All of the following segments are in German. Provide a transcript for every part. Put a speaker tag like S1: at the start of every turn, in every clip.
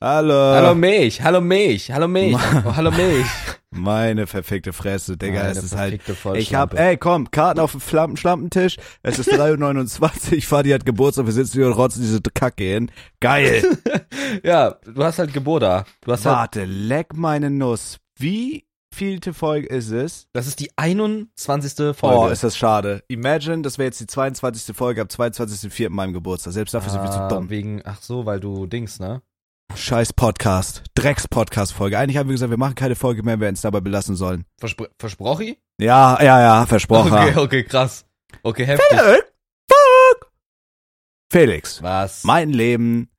S1: Hallo.
S2: Hallo Milch, hallo Milch, hallo Milch, oh, hallo Milch.
S1: Meine verfickte Fresse, Digga,
S2: Meine
S1: es ist halt.
S2: verfickte Vollschlampe.
S1: Ich hab, ey, komm, Karten auf dem Flampen Schlampentisch. Es ist 3.29 Uhr, Fadi hat halt Geburtstag, wir sitzen hier und rotzen diese Kacke hin. Geil.
S2: Ja, du hast halt Geburt da. Du hast halt,
S1: Warte, leck meine Nuss. Wie vielte Folge ist es?
S2: das ist die 21.
S1: Oh,
S2: Folge.
S1: ist das schade. Imagine, das wäre jetzt die 22. Folge ab 22.04. meinem Geburtstag. Selbst dafür sind wir zu
S2: Ah,
S1: dumm.
S2: Wegen, ach so, weil du Dings, ne?
S1: Scheiß Podcast. Drecks Podcast-Folge. Eigentlich haben wir gesagt, wir machen keine Folge mehr, wenn wir uns dabei belassen sollen.
S2: Verspr Versprochi?
S1: Ja, ja, ja, versprochen.
S2: Okay, okay, krass. Okay, heftig.
S1: Felix,
S2: Was?
S1: mein Leben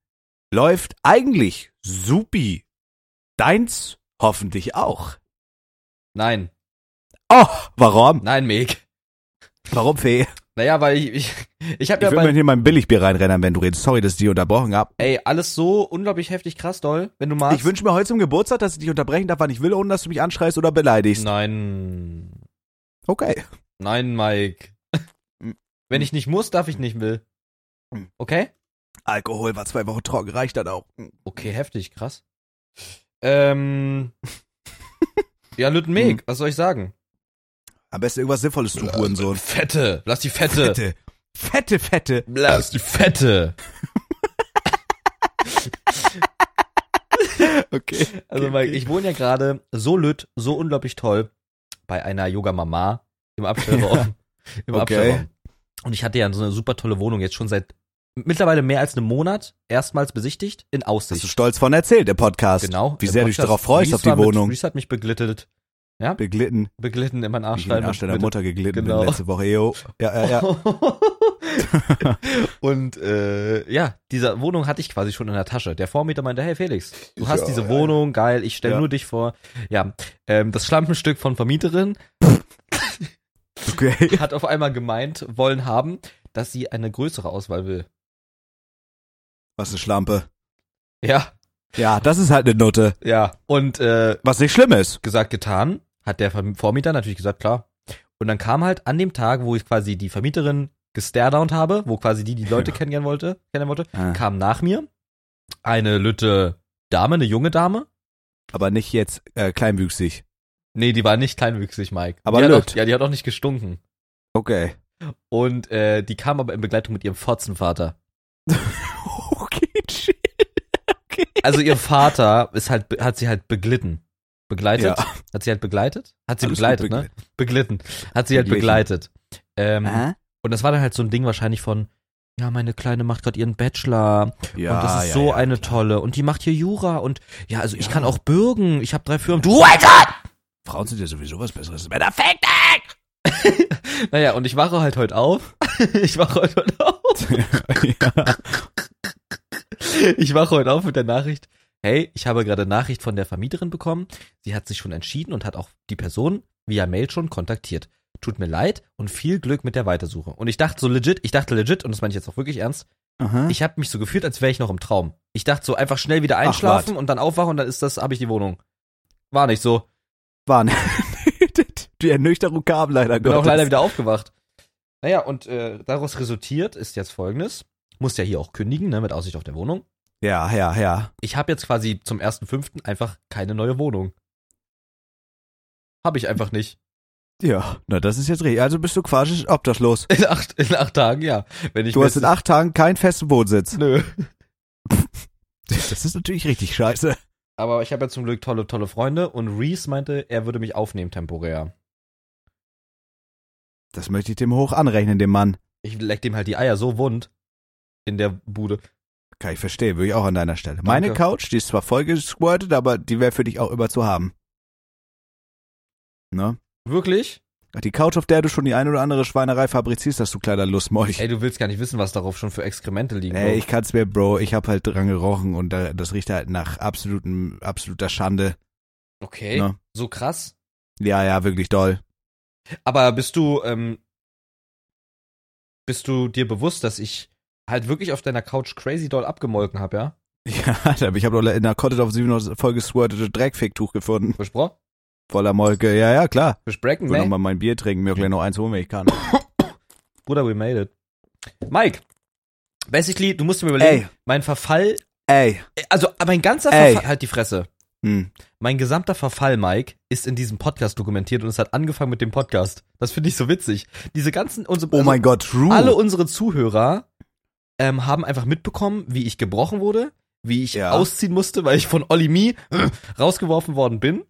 S1: läuft eigentlich supi. Deins hoffentlich auch.
S2: Nein,
S1: Oh, warum?
S2: nein, Meg.
S1: Warum, Fee?
S2: Naja, weil ich, ich, ich hab
S1: Ich
S2: ja
S1: will mir
S2: bei,
S1: hier mein Billigbier reinrennen, wenn du redest. Sorry, dass ich dich unterbrochen hab.
S2: ey, alles so unglaublich heftig krass doll, wenn du magst.
S1: Ich wünsche mir heute zum Geburtstag, dass ich dich unterbrechen darf, wann ich will, ohne dass du mich anschreist oder beleidigst.
S2: Nein.
S1: Okay.
S2: Nein, Mike. Wenn ich nicht muss, darf ich nicht will. Okay?
S1: Alkohol war zwei Wochen trocken, reicht dann auch.
S2: Okay, heftig, krass. Ähm. ja, Lütten Meg, was soll ich sagen?
S1: Am besten irgendwas Sinnvolles, du Hurensohn.
S2: Fette, lass die Fette.
S1: Fette, fette, fette.
S2: Lass die Fette.
S1: Okay.
S2: Also, Mike, ich wohne ja gerade so lütt, so unglaublich toll bei einer Yoga-Mama im Abstellraum. Im
S1: Okay.
S2: Abstellraum. Und ich hatte ja so eine super tolle Wohnung jetzt schon seit mittlerweile mehr als einem Monat erstmals besichtigt in
S1: Hast du
S2: Aussicht.
S1: stolz von erzählt, im Podcast.
S2: Genau.
S1: Wie
S2: im
S1: sehr du dich
S2: Podcast.
S1: darauf freust, auf
S2: Reese
S1: die
S2: war mit-
S1: Wohnung.
S2: Reese hat mich beglittet,
S1: Beglitten.
S2: beglitten in meinen
S1: Ich bin in
S2: Arschlein.
S1: den Arsch deiner
S2: mit-
S1: Mutter geglitten
S2: Genau.
S1: bin letzte Woche. Ejo. Ja, ja, ja.
S2: und äh, ja, diese Wohnung hatte ich quasi schon in der Tasche. Der Vormieter meinte, hey Felix, du hast
S1: Ja,
S2: diese
S1: ja,
S2: Wohnung, geil, ich stelle
S1: Ja.
S2: nur dich vor. Ja, ähm, das Schlampenstück von Vermieterin
S1: Okay.
S2: hat auf einmal gemeint, wollen haben, dass sie eine größere Auswahl will.
S1: Was eine Schlampe.
S2: Ja,
S1: Ja, das ist halt eine Nutte.
S2: ja. Und äh,
S1: Was nicht schlimm ist.
S2: gesagt, getan, hat der Verm- Vormieter natürlich gesagt, klar. Und dann kam halt an dem Tag, wo ich quasi die Vermieterin gestaredownt habe, wo quasi die die Leute kennenlernen wollte, kennenlernen wollte,
S1: Ah.
S2: kam nach mir eine lütte Dame, eine junge Dame.
S1: Aber nicht jetzt äh, kleinwüchsig.
S2: Nee, die war nicht kleinwüchsig, Mike.
S1: Aber
S2: die hat
S1: lütt.
S2: auch, Ja, die hat auch nicht gestunken.
S1: Okay.
S2: Und äh, die kam aber in Begleitung mit ihrem Fotzenvater.
S1: Okay, chill.
S2: Also ihr Vater ist halt, be- hat sie halt beglitten. Begleitet?
S1: Ja.
S2: Hat sie halt begleitet? Hat sie
S1: Alles gut
S2: begleitet,
S1: ne?
S2: ne? Beglitten. Hat sie halt
S1: Beglichen.
S2: begleitet. Ähm,
S1: Hä?
S2: und das war dann halt so ein Ding wahrscheinlich von, ja, meine Kleine macht gerade ihren Bachelor
S1: Ja,
S2: und das ist
S1: ja,
S2: so
S1: ja.
S2: eine tolle und die macht hier Jura und ja, also ich
S1: Ja.
S2: kann auch bürgen, ich habe drei Firmen. Du Alter!
S1: Frauen sind ja sowieso was Besseres. als Männer. Fick
S2: Naja, und ich wache halt heute auf. Ich wache heute heute auf.
S1: dich! ja.
S2: Ich wache heute auf mit der Nachricht. Hey, ich habe gerade Nachricht von der Vermieterin bekommen. Sie hat sich schon entschieden und hat auch die Person via Mail schon kontaktiert. Tut mir leid und viel Glück mit der Weitersuche. Und ich dachte so legit, ich dachte legit, und das meine ich jetzt auch wirklich ernst,
S1: Aha.
S2: ich habe mich so gefühlt, als wäre ich noch im Traum. Ich dachte so einfach schnell wieder
S1: Hm? Ach,
S2: einschlafen und dann aufwachen und dann ist das, habe ich die Wohnung. War nicht so.
S1: Waren. Die Ernüchterung kam leider
S2: Bin auch
S1: Gottes.
S2: leider wieder aufgewacht. Naja, und äh, daraus resultiert ist jetzt folgendes. Muss ja hier auch kündigen, ne, mit Aussicht auf der Wohnung.
S1: Ja, ja, ja.
S2: Ich habe jetzt quasi zum 1.5. einfach keine neue Wohnung. Habe ich einfach nicht.
S1: Ja, na das ist jetzt richtig. Also bist du quasi obdachlos.
S2: In acht, in acht Tagen, ja. Wenn ich
S1: Du
S2: mir
S1: hast in
S2: jetzt-
S1: acht Tagen keinen festen Wohnsitz.
S2: Nö.
S1: Das ist natürlich richtig scheiße.
S2: Aber ich habe ja zum Glück tolle, tolle Freunde und Reese meinte, er würde mich aufnehmen temporär.
S1: Das möchte ich dem hoch anrechnen, dem Mann.
S2: Ich leck dem halt die Eier so wund in der Bude.
S1: Kann ich verstehen, würde ich auch an deiner Stelle. Meine Couch, die ist zwar voll gesquirtet, aber die wäre für dich auch immer zu haben. Ne?
S2: Wirklich?
S1: Die Couch, auf der du schon die ein oder andere Schweinerei fabrizierst, hast du kleiner Lustmolch.
S2: Ey, du willst gar nicht wissen, was darauf schon für Exkremente liegen.
S1: Ey,
S2: Bro.
S1: ich kann's mir, Bro, ich hab halt dran gerochen und da- das riecht halt nach absoluten, absoluter Schande.
S2: okay,
S1: Ne?
S2: so krass.
S1: Ja, ja, wirklich doll.
S2: Aber bist du, ähm, bist du dir bewusst, dass ich halt wirklich auf deiner Couch crazy doll abgemolken habe, ja?
S1: Ja, Alter, ich hab doch in der Cottage auf 7 noch voll gesquirtete Dreckficktuch gefunden.
S2: Versprochen?
S1: Voller Molke, ja, ja, klar.
S2: Versprechen,
S1: Ich will noch
S2: ne?
S1: mal mein Bier trinken, mir gleich noch eins holen, wenn ich kann.
S2: Bruder, we made it. Mike, basically, du musst mir überlegen,
S1: Ey.
S2: mein Verfall
S1: Ey.
S2: Also mein ganzer
S1: Ey.
S2: Verfall, halt die Fresse.
S1: Hm.
S2: Mein gesamter Verfall, Mike, ist in diesem Podcast dokumentiert und es hat angefangen mit dem Podcast. Das finde ich so witzig. Diese ganzen, unsere,
S1: Oh mein Gott, True.
S2: alle unsere Zuhörer ähm, haben einfach mitbekommen, wie ich gebrochen wurde, wie ich
S1: Ja.
S2: ausziehen musste, weil ich von Olli Mie äh, rausgeworfen worden bin,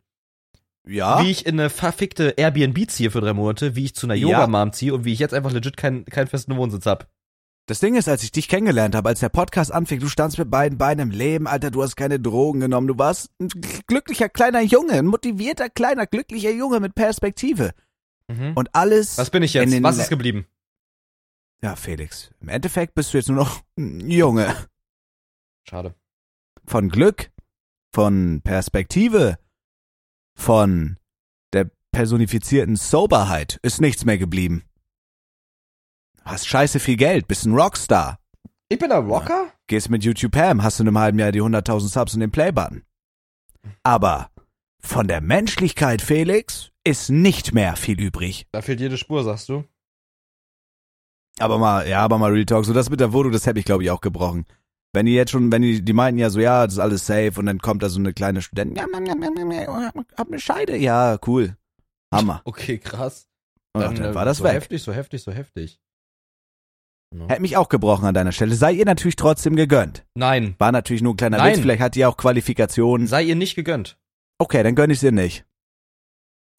S1: ja.
S2: wie ich in eine verfickte Airbnb ziehe für drei Monate, wie ich zu einer
S1: Ja.
S2: Yoga-Mom ziehe und wie ich jetzt einfach legit keinen keinen festen Wohnsitz hab.
S1: Das Ding ist, als ich dich kennengelernt habe, als der Podcast anfing, du standst mit beiden Beinen im Leben, Alter, du hast keine Drogen genommen, du warst ein glücklicher kleiner Junge, ein motivierter kleiner glücklicher Junge mit Perspektive.
S2: Und
S1: Und alles.
S2: Mhm. was bin ich
S1: in
S2: jetzt?
S1: den
S2: Was ist
S1: Le-
S2: geblieben?
S1: Ja, Felix. Im Endeffekt bist du jetzt nur noch ein Junge.
S2: Schade.
S1: Von Glück, von Perspektive, von der personifizierten Soberheit ist nichts mehr geblieben. Hast scheiße viel Geld, bist ein Rockstar.
S2: Ich bin ein Rocker?
S1: Gehst mit YouTube Ham, hast in einem halben Jahr die 100.000 Subs und den Playbutton. Aber von der Menschlichkeit, Felix, ist nicht mehr viel übrig.
S2: Da fehlt jede Spur, sagst du.
S1: Aber mal, ja, aber mal Real Talk. So das mit der Voodoo, das hätte ich, glaube ich, auch gebrochen. Wenn die jetzt schon, wenn die, die meinten ja so, ja, das ist alles safe und dann kommt da so eine kleine Studentin, ja, Mann, ja, Mann, ja, Mann, oh, hab eine Scheide. Ja, cool. Hammer.
S2: Okay, krass. äh,
S1: Und dann, war das
S2: so
S1: weg.
S2: heftig, so heftig, so heftig. Ja.
S1: Hätte mich auch gebrochen an deiner Stelle. Sei ihr natürlich trotzdem gegönnt.
S2: Nein,
S1: War natürlich nur ein kleiner
S2: Nein.
S1: Witz, vielleicht hat die auch Qualifikationen.
S2: sei ihr nicht gegönnt.
S1: Okay, dann gönn ich's ihr nicht.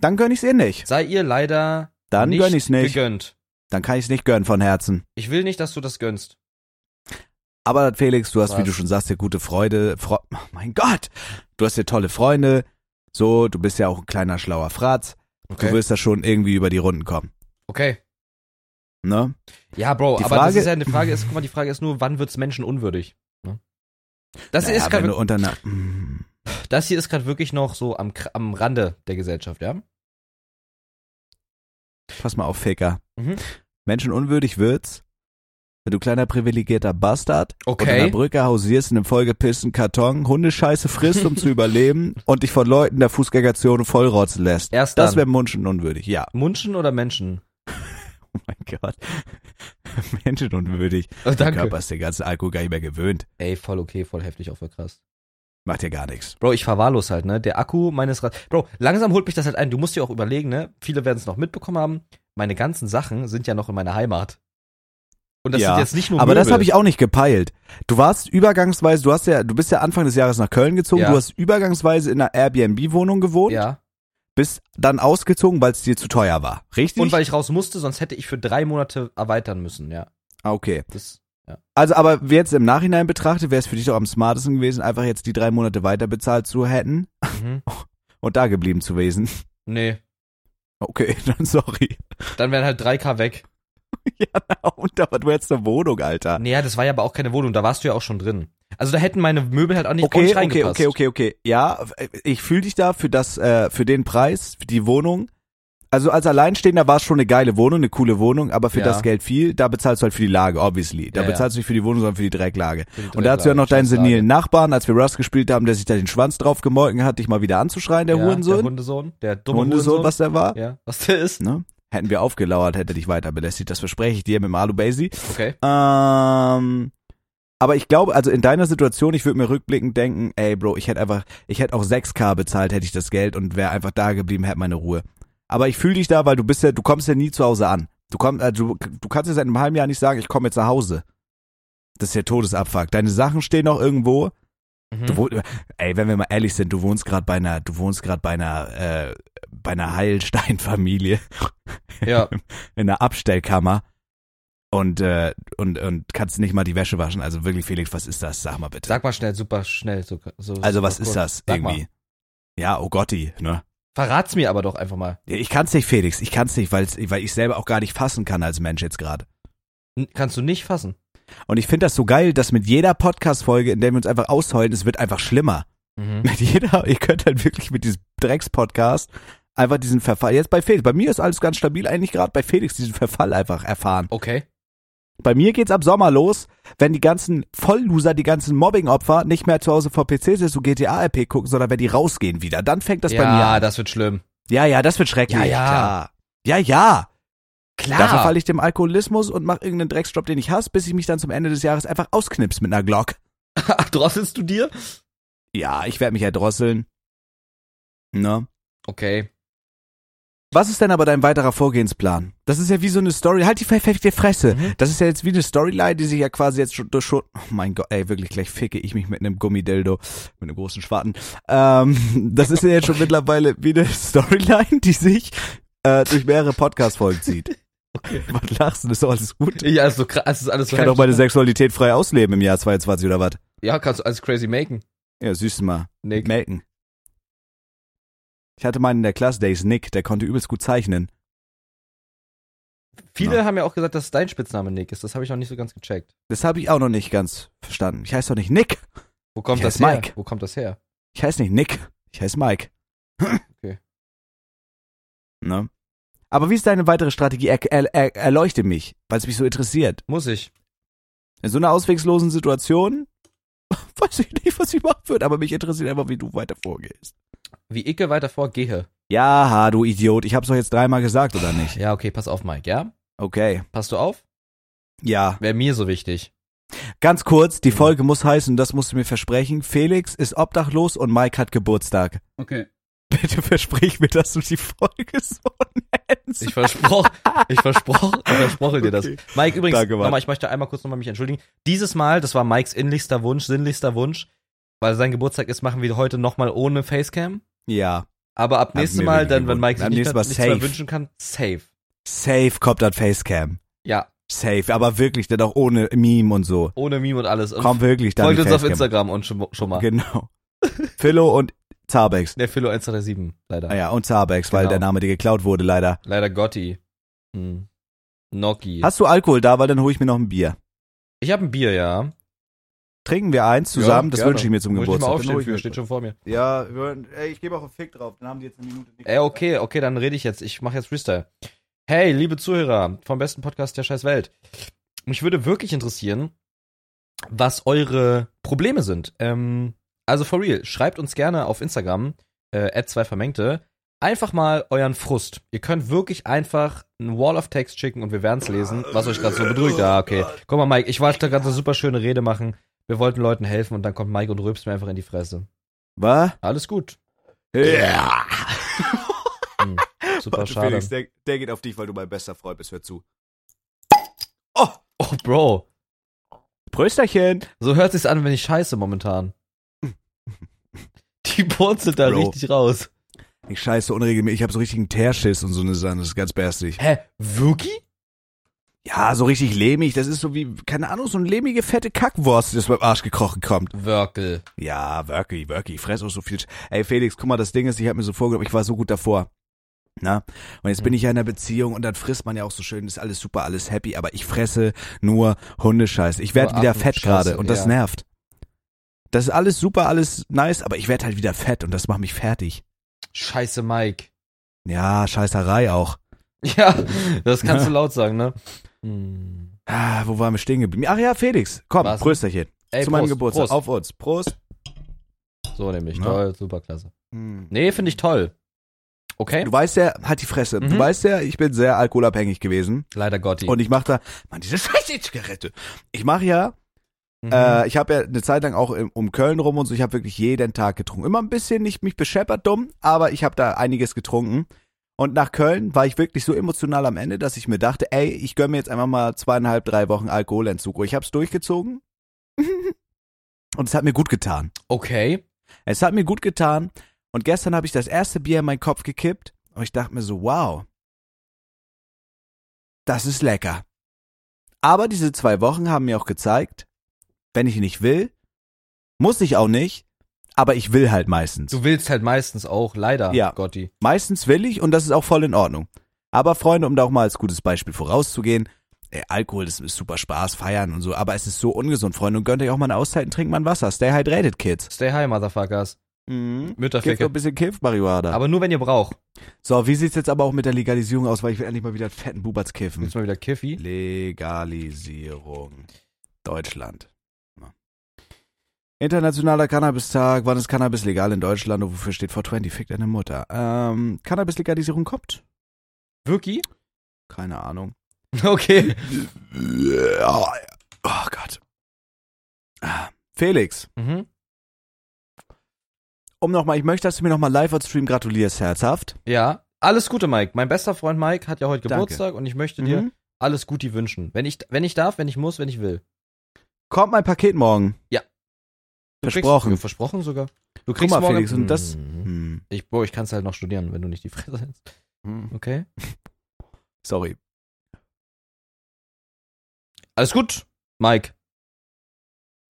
S1: Dann gönn ich's ihr nicht.
S2: Sei ihr leider
S1: Dann
S2: nicht,
S1: gönn ich's nicht.
S2: gegönnt.
S1: Dann kann ich's nicht gönnen von Herzen.
S2: Ich will nicht, dass du das gönnst.
S1: Aber Felix, du hast, wie
S2: Was?
S1: du schon sagst, dir gute Freude. Fre oh mein Gott! Du hast dir tolle Freunde. So, du bist ja auch ein kleiner, schlauer Fratz. Du wirst da schon irgendwie über die Runden kommen.
S2: Okay.
S1: Ne?
S2: Ja, Bro,
S1: Die
S2: aber das
S1: Frage-
S2: ist ja eine Frage ist, guck mal, die Frage ist nur, wann wird's Menschen unwürdig? Ne? Das
S1: Naja,
S2: Also ist
S1: wenn
S2: gerade
S1: du unter einer, Mm.
S2: das hier ist gerade wirklich noch so am Kr- am Rande der Gesellschaft, ja?
S1: Pass mal auf, Faker.
S2: Mhm.
S1: Menschen unwürdig wird's, wenn du kleiner privilegierter Bastard unter einer
S2: Okay.
S1: Brücke hausierst in einem vollgepissten Karton, Hundescheiße frisst, um zu überleben und dich von Leuten der Fußgängerzone vollrotzen lässt.
S2: Erst
S1: Das
S2: dann.
S1: wäre Munchen unwürdig, ja.
S2: Munchen oder Menschen?
S1: Oh mein Gott. Menschen unwürdig.
S2: Oh,
S1: Der
S2: danke.
S1: Körper ist den ganzen Alkohol gar nicht mehr gewöhnt.
S2: Ey, voll okay, voll heftig, auch voll krass.
S1: Macht ja gar nichts.
S2: Bro, ich verwahrlos halt, ne? Der Akku meines Rad. Bro, langsam holt mich das halt ein. Du musst dir auch überlegen, ne? Viele werden es noch mitbekommen haben. Meine ganzen Sachen sind ja noch in meiner Heimat. Und das
S1: Ja,
S2: sind jetzt nicht nur
S1: Aber das
S2: Oh, Möbel.
S1: habe ich auch nicht gepeilt. Du warst übergangsweise, du hast ja, du bist ja Anfang des Jahres nach Köln gezogen,
S2: Ja.
S1: du hast übergangsweise in einer Airbnb-Wohnung gewohnt,
S2: Ja.
S1: bist dann ausgezogen, weil es dir zu teuer war. Richtig?
S2: Und weil ich raus musste, sonst hätte ich für drei Monate erweitern müssen, ja.
S1: ah, okay.
S2: Das,
S1: Also, aber jetzt im Nachhinein betrachtet, wäre es für dich doch am smartesten gewesen, einfach jetzt die drei Monate weiter bezahlt zu hätten
S2: mhm.
S1: und da geblieben zu gewesen.
S2: Nee.
S1: Okay, dann sorry.
S2: Dann wären halt 3K weg.
S1: Und aber du hättest eine Wohnung, Alter.
S2: Naja, das war ja aber auch keine Wohnung, da warst du ja auch schon drin. Also da hätten meine Möbel halt auch nicht, auch
S1: Okay,
S2: nicht
S1: okay,
S2: reingepasst.
S1: okay, okay, okay. Ja, ich fühle dich da für das, äh, für den Preis, für die Wohnung. Also als Alleinstehender war es schon eine geile Wohnung, eine coole Wohnung, aber für
S2: Ja.
S1: das Geld viel, da bezahlst du halt für die Lage, obviously. Da
S2: Ja, ja.
S1: bezahlst du nicht für die Wohnung, sondern für die Drecklage.
S2: Für die
S1: Und da hast du ja
S2: Drecklage,
S1: noch deinen
S2: Scheißlage.
S1: senilen Nachbarn, als wir Rust gespielt haben, der sich da den Schwanz drauf gemolken hat, dich mal wieder anzuschreien, der
S2: ja, Der
S1: Hurensohn.
S2: Hundesohn,
S1: Der
S2: der dumme Hundesohn.
S1: Hundesohn, was der war.
S2: ja, was der ist.
S1: Ne? Hätten wir aufgelauert, hätte dich weiter belästigt, das verspreche ich dir mit dem Alu-Basie.
S2: Okay.
S1: Ähm, aber ich glaube, also in deiner Situation, ich würde mir rückblickend denken, ey Bro, ich hätte einfach, ich hätte auch 6K bezahlt, hätte ich das Geld und wäre einfach da geblieben, hätte meine Ruhe. Aber ich fühle dich da, weil du bist ja, du kommst ja nie zu Hause an. Du kommst, äh, du, du kannst ja seit einem halben Jahr nicht sagen, ich komme jetzt nach Hause. Das ist ja Todesabfuck. Deine Sachen stehen noch irgendwo.
S2: Mhm.
S1: Du wohn, ey, wenn wir mal ehrlich sind, du wohnst gerade bei einer, du wohnst gerade bei einer, äh, bei einer Heilsteinfamilie
S2: ja.
S1: in der Abstellkammer und, äh, und, und kannst nicht mal die Wäsche waschen. Also wirklich, Felix, was ist das? Sag mal bitte.
S2: Sag mal schnell, super schnell. So, so,
S1: also
S2: super
S1: was ist
S2: kurz.
S1: das
S2: Sag
S1: irgendwie?
S2: Mal.
S1: Ja, oh Gotti, ne?
S2: Verrat's mir aber doch einfach mal.
S1: Ich kann's nicht, Felix. Ich kann's nicht, weil's, weil ich selber auch gar nicht fassen kann als Mensch jetzt gerade.
S2: N kannst du nicht fassen.
S1: Und ich finde das so geil, dass mit jeder Podcast-Folge, in der wir uns einfach ausheulen, es wird einfach schlimmer.
S2: Mhm.
S1: Mit jeder, ihr könnt halt wirklich mit diesem Drecks-Podcast einfach diesen Verfall, jetzt bei Felix, bei mir ist alles ganz stabil eigentlich gerade, bei Felix diesen Verfall einfach erfahren.
S2: Okay.
S1: Bei mir geht's ab Sommer los, wenn die ganzen Vollloser, die ganzen Mobbing-Opfer nicht mehr zu Hause vor PC sitzen und GTA-RP gucken, sondern wenn die rausgehen wieder. Dann fängt das
S2: ja,
S1: bei mir an.
S2: das wird schlimm.
S1: Ja, ja, das wird schrecklich.
S2: Ja, ja.
S1: Klar. Ja, ja.
S2: Klar.
S1: Da verfalle ich dem Alkoholismus und mache irgendeinen Drecksjob, den ich hasse, bis ich mich dann zum Ende des Jahres einfach ausknips mit einer Glock.
S2: Drosselst du dir?
S1: Ja, ich werde mich erdrosseln. Ne?
S2: Okay.
S1: Was ist denn aber dein weiterer Vorgehensplan? Das ist ja wie so eine Story. Halt die verfechte Fresse.
S2: Mhm.
S1: Das ist ja jetzt wie eine Storyline, die sich ja quasi jetzt schon, durch schon. Oh mein Gott, ey, wirklich, gleich ficke ich mich mit einem Gummidildo, mit einem großen Schwarten. Ähm, das ist ja jetzt schon mittlerweile wie eine Storyline, die sich äh, durch mehrere Podcast-Folgen zieht.
S2: Okay.
S1: Was lachst du? Ist doch alles gut.
S2: Ja, ist so krass, es ist alles
S1: Ich
S2: so
S1: kann doch
S2: heftig.
S1: meine Sexualität frei ausleben im Jahr 22 oder was?
S2: Ja, kannst du alles crazy maken.
S1: Ja, süß mal.
S2: Nick.
S1: Melken. Ich hatte meinen in der Klasse, der ist Nick, der konnte übelst gut zeichnen.
S2: Viele
S1: Ja.
S2: haben ja auch gesagt, dass dein Spitzname Nick ist. Das habe ich noch nicht so ganz gecheckt.
S1: Das habe ich auch noch nicht ganz verstanden. Ich heiße doch nicht Nick.
S2: Wo kommt
S1: Ich
S2: das
S1: heiß
S2: her?
S1: Mike.
S2: Wo kommt das her?
S1: Ich heiße nicht Nick. Ich heiße Mike.
S2: Okay.
S1: Ne? Aber wie ist deine weitere Strategie? Er, er, er, erleuchte mich, weil es mich so interessiert.
S2: Muss ich.
S1: In so einer auswegslosen Situation weiß ich nicht, was ich machen würde, aber mich interessiert einfach, wie du weiter vorgehst.
S2: Wie Icke weiter vorgehe.
S1: Ja, ha, du Idiot. Ich hab's doch jetzt dreimal gesagt, oder nicht?
S2: Ja, okay, pass auf, Mike, ja?
S1: Okay.
S2: Passt du auf?
S1: Ja.
S2: Wäre mir so wichtig.
S1: Ganz kurz, die Folge muss heißen, das musst du mir versprechen, Felix ist obdachlos und Mike hat Geburtstag.
S2: Okay.
S1: Bitte versprich mir, dass du die Folge so nennst.
S2: Ich versproch, ich versproch, ich versproche dir das.
S1: Okay.
S2: Mike, übrigens,
S1: Danke, Mann.
S2: nochmal, ich möchte einmal kurz nochmal mich entschuldigen. Dieses Mal, das war Mikes inlichster Wunsch, sinnlichster Wunsch, weil sein Geburtstag ist, machen wir heute nochmal ohne Facecam.
S1: ja,
S2: Aber ab
S1: mir
S2: nächstem Mal,
S1: wirklich
S2: dann, wenn Mike sich
S1: gewünscht.
S2: nicht,
S1: Am nächsten
S2: mehr-
S1: Mal
S2: nichts mehr
S1: safe.
S2: wünschen kann, safe.
S1: safe kommt dann Facecam.
S2: Ja,
S1: Safe, aber wirklich, dann auch ohne Meme und so.
S2: ohne Meme und alles. Und
S1: Kommt wirklich dann
S2: folgt
S1: die
S2: uns auf
S1: Facecam.
S2: Instagram und schon, schon mal.
S1: Genau. Philo und Zabex.
S2: Der Philo 137, leider.
S1: Ah ja, und Zabex, weil
S2: Genau.
S1: der Name dir geklaut wurde, leider.
S2: Leider Gotti. Hm. Noki.
S1: Hast du Alkohol da, weil dann hole ich mir noch ein Bier.
S2: ich habe ein Bier, ja.
S1: Trinken wir eins zusammen,
S2: Ja,
S1: das
S2: gerne.
S1: wünsche ich mir zum
S2: Muss Ich mal
S1: Geburtstag. Dann
S2: aufstehen
S1: hol ich
S2: für,
S1: mir-
S2: steht schon vor mir.
S1: Ja, wir- ey, ich gebe auch einen Fick drauf, dann haben die jetzt eine Minute nicht.
S2: Ey, Äh, okay, okay, dann rede ich jetzt. Ich mache jetzt Freestyle. Hey, liebe Zuhörer vom besten Podcast der scheiß Welt. Mich würde wirklich interessieren, was eure Probleme sind. Ähm, also for real, schreibt uns gerne auf Instagram, äh, 2 vermengte, einfach mal euren Frust. Ihr könnt wirklich einfach einen Wall of Text schicken und wir werden es lesen, was euch gerade so bedrückt. Ah, okay. Guck mal, Mike, ich wollte gerade eine super schöne Rede machen. Wir wollten Leuten helfen und dann kommt Mike und rülpst mir einfach in die Fresse.
S1: Was?
S2: Alles gut.
S1: Ja.
S2: Super
S1: Warte,
S2: schade.
S1: Felix, der, der geht auf dich, weil du mein bester Freund bist. Hör zu. Oh!
S2: Oh, Bro.
S1: Prösterchen!
S2: So hört sich's an, wenn ich scheiße momentan. Die purzelt da
S1: Bro.
S2: richtig raus.
S1: Ich scheiße unregelmäßig. Ich habe so richtigen Teerschiss und so eine Sache. Das ist ganz bärstig.
S2: Hä? Wirklich?
S1: Ja, so richtig lehmig. Das ist so wie, keine Ahnung, so eine lehmige, fette Kackwurst, die aus meinem Arsch gekrochen kommt.
S2: Wirkel.
S1: Ja, wirklich, wirklich. Ich fress auch so viel. Sch Ey, Felix, guck mal, das Ding ist, ich habe mir so vorgenommen, ich war so gut davor. Na? Und jetzt bin ich ja in einer Beziehung und dann frisst man ja auch so schön, ist alles super, alles happy, aber ich fresse nur Hundescheiße. Ich werde
S2: Nur
S1: wieder
S2: Affen-
S1: fett gerade
S2: Scheiße,
S1: und das
S2: ja.
S1: nervt. Das ist alles super, alles nice, aber ich werde halt wieder fett und das macht mich fertig.
S2: Scheiße, Mike.
S1: Ja, Scheißerei auch.
S2: Ja, das kannst du laut sagen, ne? Hm.
S1: Ah, wo waren wir stehen geblieben? Ach ja, Felix, komm,
S2: Was?
S1: Prösterchen.
S2: Ey,
S1: zu meinem
S2: Prost,
S1: Geburtstag.
S2: Prost.
S1: Auf uns. Prost.
S2: So nämlich.
S1: Ja.
S2: Toll, super klasse. Nee, finde ich toll. Okay?
S1: Hm. Du weißt ja, halt die Fresse. Du
S2: Mhm.
S1: weißt ja, ich bin sehr alkoholabhängig gewesen.
S2: Leider Gotti.
S1: Und ich mache da, man, diese scheiße Zigarette. Ich mache ja,
S2: Mhm.
S1: äh, ich habe ja eine Zeit lang auch im, um Köln rum und so, ich habe wirklich jeden Tag getrunken. Immer ein bisschen, nicht mich bescheppert dumm, aber ich habe da einiges getrunken. Und nach Köln war ich wirklich so emotional am Ende, dass ich mir dachte, ey, ich gönn mir jetzt einfach mal zweieinhalb, drei Wochen Alkoholentzug. Und ich habe es durchgezogen. und es hat mir gut getan.
S2: okay.
S1: Es hat mir gut getan. Und gestern habe ich das erste Bier in meinen Kopf gekippt und ich dachte mir so, wow, das ist lecker. Aber diese zwei Wochen haben mir auch gezeigt, wenn ich nicht will, muss ich auch nicht, aber ich will halt meistens.
S2: Du willst halt meistens auch, leider
S1: Ja.
S2: Gotti.
S1: Meistens will ich und das ist auch voll in Ordnung. Aber Freunde, um da auch mal als gutes Beispiel vorauszugehen, ey, Alkohol ist, ist super Spaß, feiern und so, aber es ist so ungesund, Freunde, und gönnt euch auch mal eine Auszeit und trinkt mal ein Wasser. Stay hydrated, Kids.
S2: Stay high, Motherfuckers.
S1: Mhm. Kifft noch
S2: Mütterficke.
S1: ein bisschen Kiff, äh, Marihuana.
S2: Aber nur wenn ihr braucht.
S1: So, wie sieht's jetzt aber auch mit der Legalisierung aus, weil ich will endlich mal wieder einen fetten Bubatz kiffen.
S2: Willst du mal wieder Kiffi?
S1: Legalisierung. Deutschland. Na. Internationaler Cannabis-Tag. Wann ist Cannabis legal in Deutschland und wofür steht 420? Fick deine Mutter. Ähm, Cannabis-Legalisierung kommt?
S2: Wirklich?
S1: Keine Ahnung.
S2: Okay.
S1: Oh Gott. Ah, Felix,
S2: Mhm.
S1: um nochmal, ich möchte, dass du mir nochmal live als Stream gratulierst, herzhaft.
S2: Ja, alles Gute, Mike. Mein bester Freund Mike hat ja heute
S1: Danke.
S2: Geburtstag und ich möchte dir
S1: Mhm.
S2: alles Gute wünschen. Wenn ich, wenn ich darf, wenn ich muss, wenn ich will.
S1: Kommt mein Paket morgen.
S2: Du kriegst-
S1: Versprochen.
S2: versprochen sogar. Du
S1: Guck
S2: kriegst
S1: mal,
S2: morgen,
S1: Felix, und das-
S2: Mhm.
S1: Hm.
S2: Ich, boah, ich kann es halt noch studieren, wenn du nicht die Fresse hältst. Okay.
S1: Sorry.
S2: Alles gut, Mike.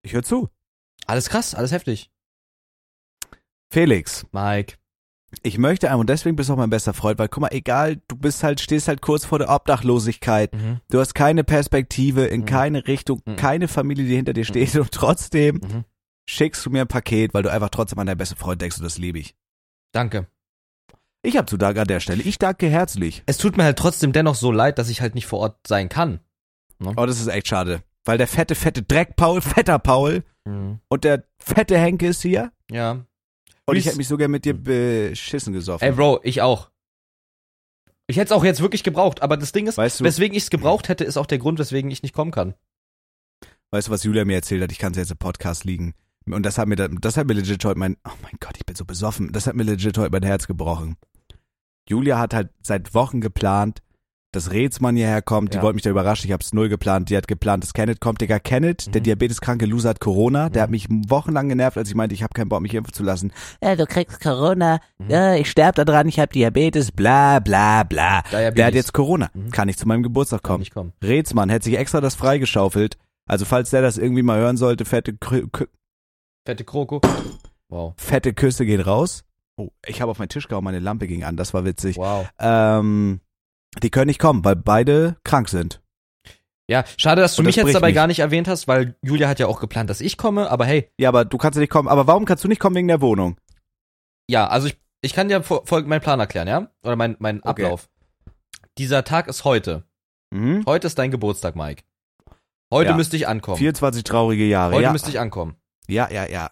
S1: Ich höre zu.
S2: Alles krass, alles heftig.
S1: Felix,
S2: Mike.
S1: ich möchte einem, und deswegen bist du auch mein bester Freund, weil guck mal, egal, du bist halt, stehst halt kurz vor der Obdachlosigkeit.
S2: Mhm.
S1: Du hast keine Perspektive, in
S2: Mhm.
S1: keine Richtung,
S2: Mhm.
S1: keine Familie, die hinter dir steht und trotzdem
S2: Mhm.
S1: schickst du mir ein Paket, weil du einfach trotzdem an deinen besten Freund denkst und das liebe ich.
S2: Danke.
S1: Ich hab zu danken an der Stelle. Ich danke herzlich.
S2: Es tut mir halt trotzdem dennoch so leid, dass ich halt nicht vor Ort sein kann.
S1: Oh, das ist echt schade. Weil der fette, fette Dreck Paul, fetter Paul und der fette Henke ist hier.
S2: Ja.
S1: Und ich
S2: Ries-
S1: hätte mich sogar mit dir beschissen gesoffen.
S2: Ey, Bro, ich auch. Ich hätte es auch jetzt wirklich gebraucht, aber das Ding ist,
S1: weißt, du,
S2: weswegen ich es gebraucht hätte, ist auch der Grund, weswegen ich nicht kommen kann.
S1: weißt du, was Julia mir erzählt hat? Ich kann es jetzt im Podcast liegen. Und das hat mir, da- das hat mir legit heute mein, oh mein Gott, ich bin so besoffen. Das hat mir legit heute mein Herz gebrochen. Julia hat halt seit Wochen geplant, dass Rätsmann hierher kommt. Die
S2: Ja.
S1: wollte mich da überraschen. Ich hab's null geplant. Die hat geplant, dass Kenneth kommt. Digga, Kenneth, der
S2: Mhm.
S1: diabeteskranke Loser hat Corona. Der
S2: Mhm.
S1: hat mich wochenlang genervt, als ich meinte, ich habe keinen Bock, mich impfen zu lassen.
S3: Äh, du kriegst Corona,
S2: Mhm.
S3: äh, ich sterb da dran, ich hab Diabetes, bla bla bla.
S2: Diabetes.
S1: Der hat jetzt Corona.
S2: Mhm.
S1: Kann nicht zu meinem Geburtstag
S2: kann
S1: kommen.
S2: nicht kommen.
S1: Rätsmann hätte sich extra das freigeschaufelt. Also falls der das irgendwie mal hören sollte, fette, Krü- Kü-
S2: Fette Kroko. Wow.
S1: fette Küsse gehen raus. Oh, ich habe auf meinen Tisch gehauen, meine Lampe ging an, das war witzig.
S2: Wow.
S1: Ähm, die können nicht kommen, weil beide krank sind.
S2: Ja, schade, dass du
S1: Und
S2: mich
S1: das
S2: jetzt
S1: bricht
S2: dabei
S1: mich.
S2: gar nicht erwähnt hast, weil Julia hat ja auch geplant, dass ich komme, aber hey,
S1: Ja, aber du kannst ja nicht kommen. Aber warum kannst du nicht kommen wegen der Wohnung?
S2: ja, also ich, ich kann dir fol- fol- meinen Plan erklären, ja? Oder mein, meinen
S1: Okay.
S2: Ablauf. Dieser Tag ist heute.
S1: Mhm.
S2: Heute ist dein Geburtstag, Mike. Heute
S1: Ja.
S2: müsste ich ankommen.
S1: 24 traurige Jahre.
S2: heute
S1: ja.
S2: müsste ich ankommen.
S1: ja, ja, ja.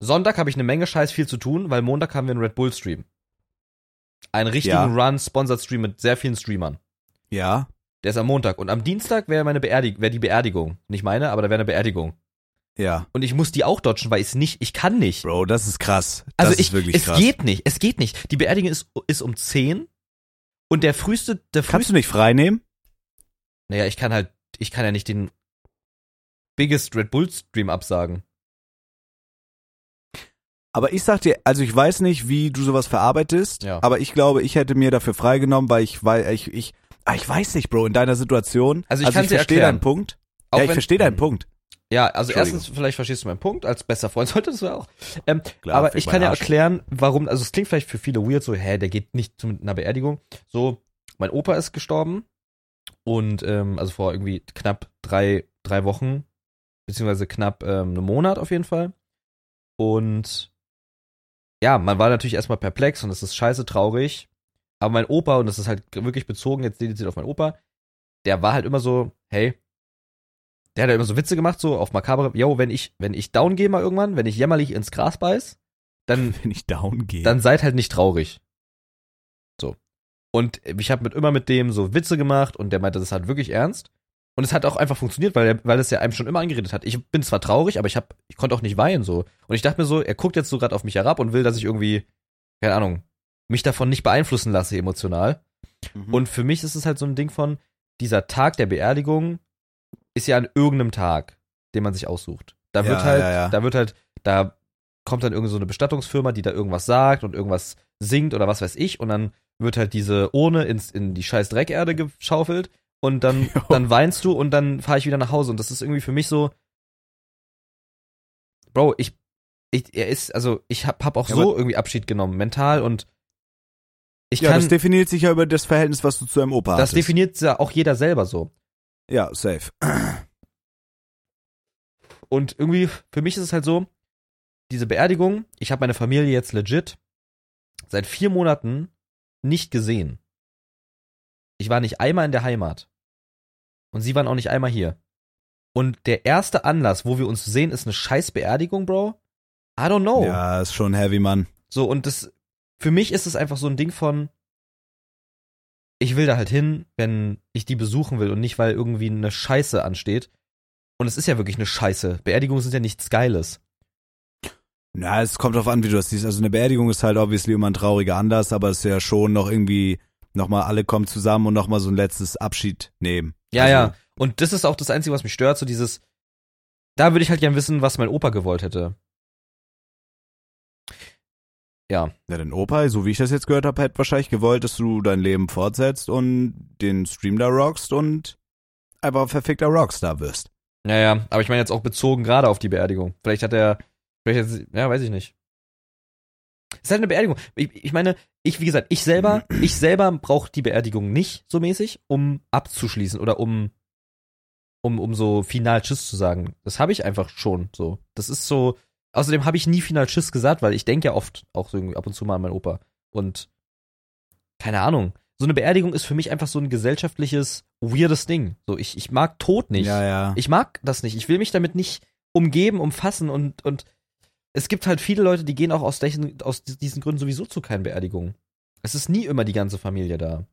S2: Sonntag habe ich eine Menge Scheiß viel zu tun, weil Montag haben wir einen Red Bull Stream. Einen richtigen
S1: Ja.
S2: Run-Sponsored Stream mit sehr vielen Streamern.
S1: Ja.
S2: Der ist am Montag. Und am Dienstag wäre meine Beerdig wäre die Beerdigung. Nicht meine, aber da wäre eine Beerdigung.
S1: Ja.
S2: Und ich muss die auch dodgen, weil ich nicht, ich kann nicht.
S1: Bro, das ist krass. Das
S2: Also
S1: ist
S2: ich,
S1: wirklich
S2: es
S1: krass.
S2: geht nicht, es geht nicht. Die Beerdigung ist, ist um 10 und der früheste, der
S1: Kannst
S2: früheste,
S1: du nicht frei nehmen?
S2: naja, ich kann halt, ich kann ja nicht den biggest Red Bull Stream absagen.
S1: Aber ich sag dir, also ich weiß nicht, wie du sowas verarbeitest,
S2: Ja.
S1: aber ich glaube, ich hätte mir dafür freigenommen, weil ich, weil ich, ich, ah, ich weiß nicht, Bro, in deiner Situation.
S2: Also ich kann's dir
S1: verstehe
S2: erklären.
S1: deinen Punkt.
S2: Auch
S1: ja, ich
S2: wenn- Mhm.
S1: verstehe deinen Punkt.
S2: Ja, also
S1: Entschuldigung.
S2: erstens, vielleicht verstehst du meinen Punkt, als bester Freund solltest du auch. Ähm,
S1: Klar,
S2: aber
S1: fick
S2: ich
S1: meinen
S2: kann ja
S1: Arsch.
S2: erklären, warum, also es klingt vielleicht für viele weird, so, hä, der geht nicht zu einer Beerdigung. So, mein Opa ist gestorben und, ähm, also vor irgendwie knapp drei, drei Wochen, beziehungsweise knapp ähm, einem Monat auf jeden Fall. Und ja, man war natürlich erstmal perplex und es ist scheiße traurig. Aber mein Opa, und das ist halt wirklich bezogen, jetzt dediziert auf meinen Opa, der war halt immer so, hey, der hat ja immer so Witze gemacht, so auf makabere, yo, wenn ich, wenn ich down gehe mal irgendwann, wenn ich jämmerlich ins Gras beiß, dann,
S1: Wenn ich down gehe.
S2: dann seid halt nicht traurig. So. Und ich habe mit immer mit dem so Witze gemacht und der meinte das halt wirklich ernst. Und es hat auch einfach funktioniert, weil, er- weil es ja einem schon immer angeredet hat. Ich bin zwar traurig, aber ich hab, ich konnte auch nicht weinen so. Und ich dachte mir so, er guckt jetzt so gerade auf mich herab und will, dass ich irgendwie, keine Ahnung, mich davon nicht beeinflussen lasse emotional.
S1: Mhm.
S2: Und für mich ist es halt so ein Ding von, dieser Tag der Beerdigung ist ja an irgendeinem Tag, den man sich aussucht. Da
S1: Ja,
S2: wird halt,
S1: ja, ja.
S2: da wird halt, da kommt dann irgend so eine Bestattungsfirma, die da irgendwas sagt und irgendwas singt oder was weiß ich und dann wird halt diese Urne ins, in die scheiß Dreckerde geschaufelt und dann,
S1: Jo.
S2: dann weinst du und dann fahre ich wieder nach Hause und das ist irgendwie für mich so, Bro, ich, ich er ist, also ich hab, hab auch
S1: Ja,
S2: so irgendwie Abschied genommen, mental und ich
S1: ja,
S2: kann,
S1: das definiert sich ja über das Verhältnis, was du zu deinem Opa
S2: das
S1: hattest.
S2: definiert ja auch jeder selber so.
S1: Ja, safe.
S2: Und irgendwie, für mich ist es halt so, diese Beerdigung, ich habe meine Familie jetzt legit seit vier Monaten nicht gesehen. Ich war nicht einmal in der Heimat. Und sie waren auch nicht einmal hier. Und der erste Anlass, wo wir uns sehen, ist eine scheiß Beerdigung, Bro. I don't know.
S1: Ja, ist schon heavy, Mann.
S2: So, und das, für mich ist es einfach so ein Ding von, ich will da halt hin, wenn ich die besuchen will und nicht, weil irgendwie eine Scheiße ansteht. Und es ist ja wirklich eine Scheiße. Beerdigungen sind ja nichts Geiles.
S1: Na, es kommt drauf an, wie du das siehst. Also eine Beerdigung ist halt obviously immer ein trauriger Anlass, aber es ist ja schon noch irgendwie nochmal alle kommen zusammen und nochmal so ein letztes Abschied nehmen.
S2: Ja,
S1: also,
S2: ja. Und das ist auch das Einzige, was mich stört, so dieses, da würde ich halt gern wissen, was mein Opa gewollt hätte. Ja,
S1: Ja, dein Opa, so wie ich das jetzt gehört habe, hätte wahrscheinlich gewollt, dass du dein Leben fortsetzt und den Stream da rockst und einfach ein verfickter Rockstar wirst.
S2: naja, aber ich meine jetzt auch bezogen gerade auf die Beerdigung. Vielleicht hat er, vielleicht hat, er- ja, weiß ich nicht. Es ist halt eine Beerdigung. Ich, ich meine, ich, wie gesagt, ich selber, ich selber brauche die Beerdigung nicht so mäßig, um abzuschließen oder um, um, um so final Tschüss zu sagen. Das habe ich einfach schon so. Das ist so, außerdem habe ich nie final Tschüss gesagt, weil ich denke ja oft auch so irgendwie ab und zu mal an meinen Opa. Und keine Ahnung. So eine Beerdigung ist für mich einfach so ein gesellschaftliches, weirdes Ding. So, ich, ich mag Tod nicht.
S1: Ja, ja.
S2: Ich mag das nicht. Ich will mich damit nicht umgeben, umfassen und, und es gibt halt viele Leute, die gehen auch aus, dechen, aus di- diesen Gründen sowieso zu keinen Beerdigungen. Es ist nie immer die ganze Familie da.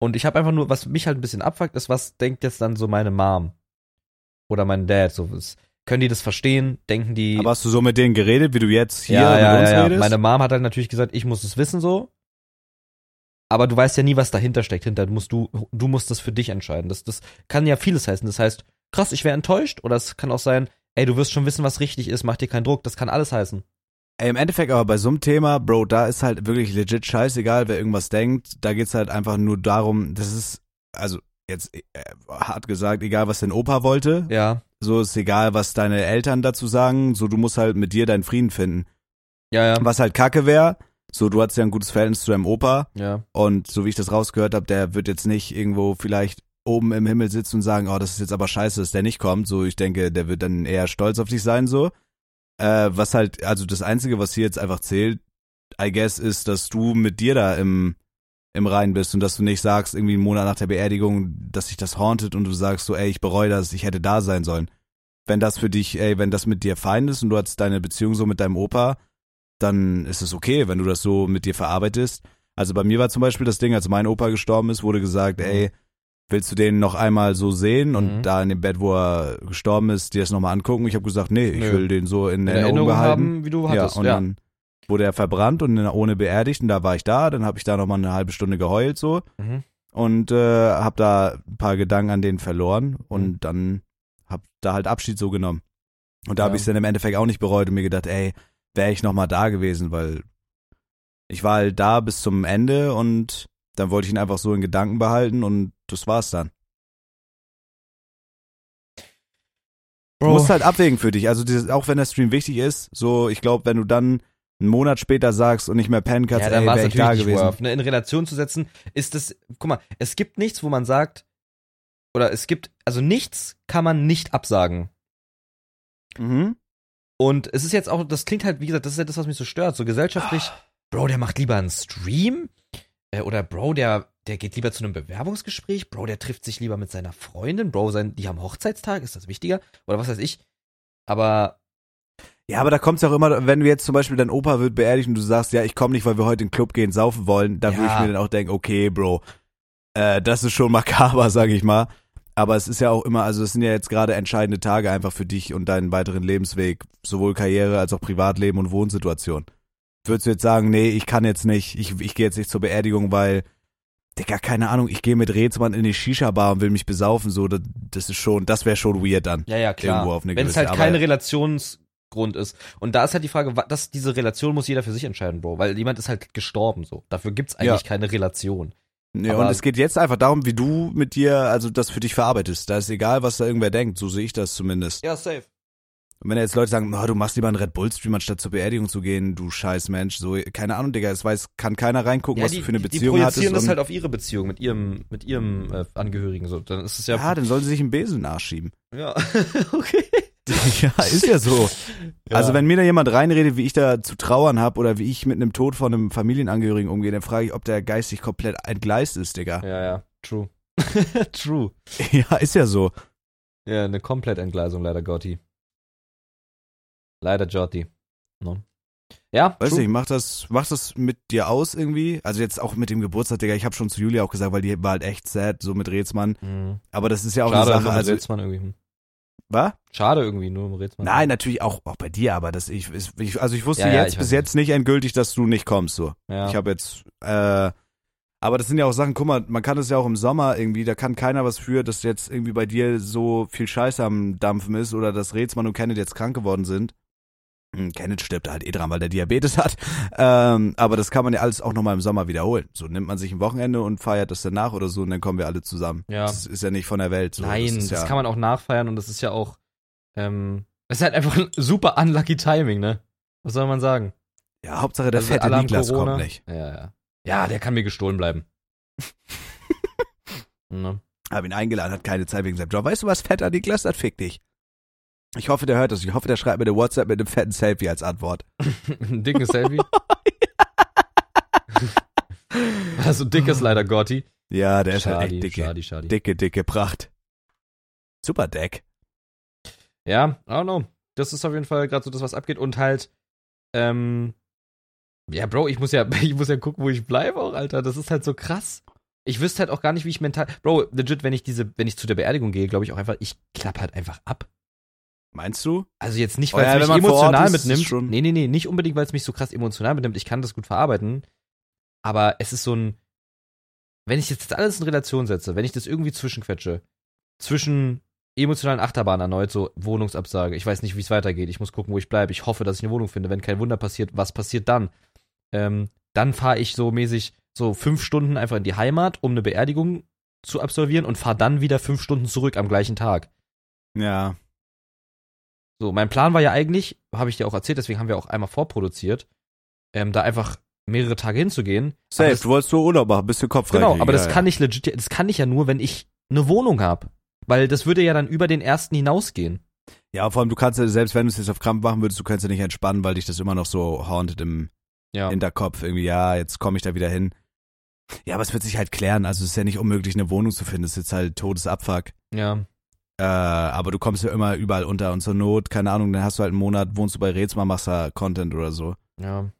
S2: Und ich habe einfach nur, was mich halt ein bisschen abfuckt, ist, was denkt jetzt dann so meine Mom oder mein Dad? So, was, können die das verstehen? Denken die.
S1: aber hast du so mit denen geredet, wie du jetzt hier
S2: ja,
S1: mit
S2: ja,
S1: uns
S2: ja, ja.
S1: redest?
S2: Meine Mom hat dann natürlich gesagt, ich muss es wissen so. Aber du weißt ja nie, was dahinter steckt. Hinter musst du, du musst das für dich entscheiden. Das, das kann ja vieles heißen. Das heißt, krass, ich wäre enttäuscht. Oder es kann auch sein, ey, du wirst schon wissen, was richtig ist. Mach dir keinen Druck. Das kann alles heißen.
S1: Ey, im Endeffekt aber bei so einem Thema, Bro, da ist halt wirklich legit scheißegal, wer irgendwas denkt. Da geht's halt einfach nur darum, das ist, also jetzt äh, hart gesagt, egal was dein Opa wollte,
S2: Ja,
S1: so ist egal, was deine Eltern dazu sagen, so du musst halt mit dir deinen Frieden finden.
S2: ja, ja,
S1: Was halt kacke wäre, so du hattest ja ein gutes Verhältnis zu deinem Opa
S2: ja.
S1: und so wie ich das rausgehört habe, der wird jetzt nicht irgendwo vielleicht oben im Himmel sitzen und sagen, oh, das ist jetzt aber scheiße, dass der nicht kommt. So, ich denke, der wird dann eher stolz auf dich sein, so. Äh, was halt, also das Einzige, was hier jetzt einfach zählt, I guess, ist, dass du mit dir da im, im Reinen bist und dass du nicht sagst, irgendwie einen Monat nach der Beerdigung, dass sich das hauntet und du sagst so, ey, ich bereue das, ich hätte da sein sollen. Wenn das für dich, ey, wenn das mit dir fein ist und du hast deine Beziehung so mit deinem Opa, dann ist es okay, wenn du das so mit dir verarbeitest. Also bei mir war zum Beispiel das Ding, als mein Opa gestorben ist, wurde gesagt, ey, willst du den noch einmal so sehen und
S2: Mhm.
S1: da in dem Bett, wo er gestorben ist, dir das nochmal angucken? Ich habe gesagt, nee, ich
S2: Nö.
S1: will den so in,
S2: In
S1: Erinnerung, behalten.
S2: haben, wie du
S1: Ja,
S2: hattest.
S1: und
S2: Ja,
S1: dann wurde er verbrannt und in der Urne beerdigt und da war ich da, dann habe ich da nochmal eine halbe Stunde geheult so
S2: Mhm.
S1: und äh, habe da ein paar Gedanken an den verloren und
S2: Mhm.
S1: dann habe da halt Abschied so genommen. Und da
S2: Ja.
S1: habe ich dann im Endeffekt auch nicht bereut und mir gedacht, ey, wäre ich nochmal da gewesen, weil ich war halt da bis zum Ende und dann wollte ich ihn einfach so in Gedanken behalten und das war's dann. Du musst halt abwägen für dich. Also dieses, auch wenn der Stream wichtig ist, so ich glaube, wenn du dann einen Monat später sagst und nicht mehr pennen kannst,
S2: ja, dann
S1: ey,
S2: war es
S1: wäre ich da
S2: natürlich nicht
S1: gewesen.
S2: worth, ne? In Relation zu setzen, ist das, guck mal, es gibt nichts, wo man sagt, oder es gibt, also nichts kann man nicht absagen.
S1: Mhm.
S2: Und es ist jetzt auch, das klingt halt, wie gesagt, das ist ja das, was mich so stört. So gesellschaftlich, Bro, der macht lieber einen Stream. Äh, oder Bro, der, der geht lieber zu einem Bewerbungsgespräch. Bro, der trifft sich lieber mit seiner Freundin. Bro, sein, die haben Hochzeitstag, ist das wichtiger? Oder was weiß ich. Aber,
S1: Ja, aber da kommt's ja auch immer, wenn du jetzt zum Beispiel dein Opa wird beerdigt und du sagst, ja, ich komme nicht, weil wir heute in den Club gehen, saufen wollen, da würde ich
S2: Ja.
S1: mir dann auch denken, okay, Bro, äh, das ist schon makaber, sage ich mal. Aber es ist ja auch immer, also es sind ja jetzt gerade entscheidende Tage einfach für dich und deinen weiteren Lebensweg, sowohl Karriere als auch Privatleben und Wohnsituation. Würdest du jetzt sagen, nee, ich kann jetzt nicht, ich, ich gehe jetzt nicht zur Beerdigung, weil, Digga, keine Ahnung, ich gehe mit Rezmann in die Shisha-Bar und will mich besaufen, so, das, das ist schon, das wäre schon weird dann.
S2: ja, ja, klar.
S1: Irgendwo auf eine
S2: Wenn es
S1: gewisse-
S2: halt kein
S1: aber-
S2: Relationsgrund ist. Und da ist halt die Frage, wa- dass diese Relation muss jeder für sich entscheiden, Bro. Weil jemand ist halt gestorben, so. Dafür gibt's eigentlich keine Relation.
S1: Ja,
S2: Aber-
S1: und es geht jetzt einfach darum, wie du mit dir, also das für dich verarbeitest. Da ist egal, was da irgendwer denkt, so sehe ich das zumindest.
S2: Ja, safe.
S1: Und wenn jetzt Leute sagen, "Na, du machst lieber einen Red Bull-Stream, anstatt zur Beerdigung zu gehen, du scheiß Mensch, so, keine Ahnung, Digga, es weiß, kann keiner reingucken, was du für eine Beziehung
S2: die
S1: hattest.
S2: projizieren das
S1: und-
S2: halt auf ihre Beziehung mit ihrem, mit ihrem äh, Angehörigen so. Dann ist es ja.
S1: ja, dann sollen sie sich einen Besen nachschieben.
S2: ja. okay.
S1: ja, ist ja so. Also wenn mir da jemand reinredet, wie ich da zu trauern habe oder wie ich mit einem Tod von einem Familienangehörigen umgehe, dann frage ich, ob der geistig komplett entgleist ist, Digga.
S2: Ja, ja. True. True.
S1: Ja, ist ja so.
S2: Ja, eine komplette Entgleisung leider, Gotti. Leider, Jotti. No. ne? Ja,
S1: Weiß
S2: true.
S1: nicht, macht das, macht das mit dir aus irgendwie? Also jetzt auch mit dem Geburtstag, Digga, ich habe schon zu Julia auch gesagt, weil die war halt echt sad, so mit Rätsmann.
S2: Mhm.
S1: Aber das ist ja auch
S2: Schade,
S1: eine Sache.
S2: nur um
S1: Also,
S2: Rätsmann irgendwie. Hm.
S1: was?
S2: Schade irgendwie, nur um Rätsmann.
S1: Nein, natürlich auch, auch bei dir, aber das ich, ist- ich also ich wusste
S2: Ja, ja,
S1: jetzt
S2: ich
S1: bis
S2: weiß.
S1: jetzt nicht endgültig, dass du nicht kommst so.
S2: ja.
S1: Ich habe jetzt äh aber das sind ja auch Sachen, guck mal, man kann das ja auch im Sommer irgendwie, da kann keiner was für, dass jetzt irgendwie bei dir so viel Scheiße am Dampfen ist oder dass Rätsmann und Kenneth jetzt krank geworden sind. Hm, Kenneth stirbt halt eh dran, weil der Diabetes hat. Ähm, aber das kann man ja alles auch nochmal im Sommer wiederholen. So nimmt man sich ein Wochenende und feiert das danach oder so und dann kommen wir alle zusammen.
S2: Ja.
S1: Das ist ja nicht von der Welt. So.
S2: Nein, das,
S1: ist ja,
S2: kann man auch nachfeiern und das ist ja auch, ähm, das ist halt einfach ein super unlucky Timing, ne? Was soll man sagen?
S1: ja, Hauptsache der fette
S2: Alarm
S1: Niklas
S2: Also Corona.
S1: kommt nicht.
S2: Ja, ja. Ja, der kann mir gestohlen bleiben. ne?
S1: Hab ihn eingeladen, hat keine Zeit wegen seinem Job. Weißt du was, fetter Niklas, das fick dich. Ich hoffe, der hört das. Ich hoffe, der schreibt mir eine WhatsApp mit einem fetten Selfie als Antwort.
S2: Ein dickes Selfie. also dick ist leider Gotti.
S1: Ja, der ist halt
S2: Schadi,
S1: echt dicke,
S2: schadi, schadi.
S1: dicke, dicke Pracht. Super Deck.
S2: Ja, I don't know. Das ist auf jeden Fall gerade so das, was abgeht. Und halt, ähm, ja, Bro, ich muss ja, ich muss ja gucken, wo ich bleibe auch, Alter. Das ist halt so krass. Ich wüsste halt auch gar nicht, wie ich mental. Bro, legit, wenn ich diese, wenn ich zu der Beerdigung gehe, glaube ich auch einfach, ich klapp halt einfach ab.
S1: Meinst du?
S2: Also jetzt nicht,
S1: Oh
S2: weil
S1: ja,
S2: es
S1: wenn
S2: mich
S1: man vor Ort
S2: emotional
S1: ist, ist es
S2: mitnimmt.
S1: schon-
S2: Nee, nee, nee, nicht unbedingt, weil es mich so krass emotional mitnimmt. Ich kann das gut verarbeiten. Aber es ist so ein. Wenn ich jetzt das alles in Relation setze, wenn ich das irgendwie zwischenquetsche, zwischen emotionalen Achterbahn erneut, so Wohnungsabsage, ich weiß nicht, wie es weitergeht, ich muss gucken, wo ich bleibe, ich hoffe, dass ich eine Wohnung finde, wenn kein Wunder passiert, was passiert dann? Ähm, dann fahre ich so mäßig so fünf Stunden einfach in die Heimat, um eine Beerdigung zu absolvieren und fahre dann wieder fünf Stunden zurück am gleichen Tag.
S1: Ja.
S2: So, mein Plan war ja eigentlich, habe ich dir auch erzählt, deswegen haben wir auch einmal vorproduziert, ähm, da einfach mehrere Tage hinzugehen. Aber
S1: Safe,
S2: das,
S1: du wolltest nur Urlaub machen, bisschen Kopf
S2: genau,
S1: reinkriegen,
S2: aber das
S1: ja,
S2: kann ich legit, das kann ich ja nur, wenn ich eine Wohnung habe. Weil das würde ja dann über den ersten hinausgehen.
S1: Ja. ja, vor allem, du kannst ja, selbst wenn du es jetzt auf Krampf machen würdest, du kannst ja nicht entspannen, weil dich das immer noch so haunted im
S2: Ja.
S1: Hinterkopf. Irgendwie, ja, jetzt komme ich da wieder hin. Ja, aber es wird sich halt klären. Also es ist ja nicht unmöglich, eine Wohnung zu finden. Es ist jetzt halt Todesabfuck.
S2: Ja.
S1: Äh, aber du kommst ja immer überall unter und zur Not, keine Ahnung, dann hast du halt einen Monat, wohnst du bei Rätsmann, machst da Content oder so.
S2: Ja.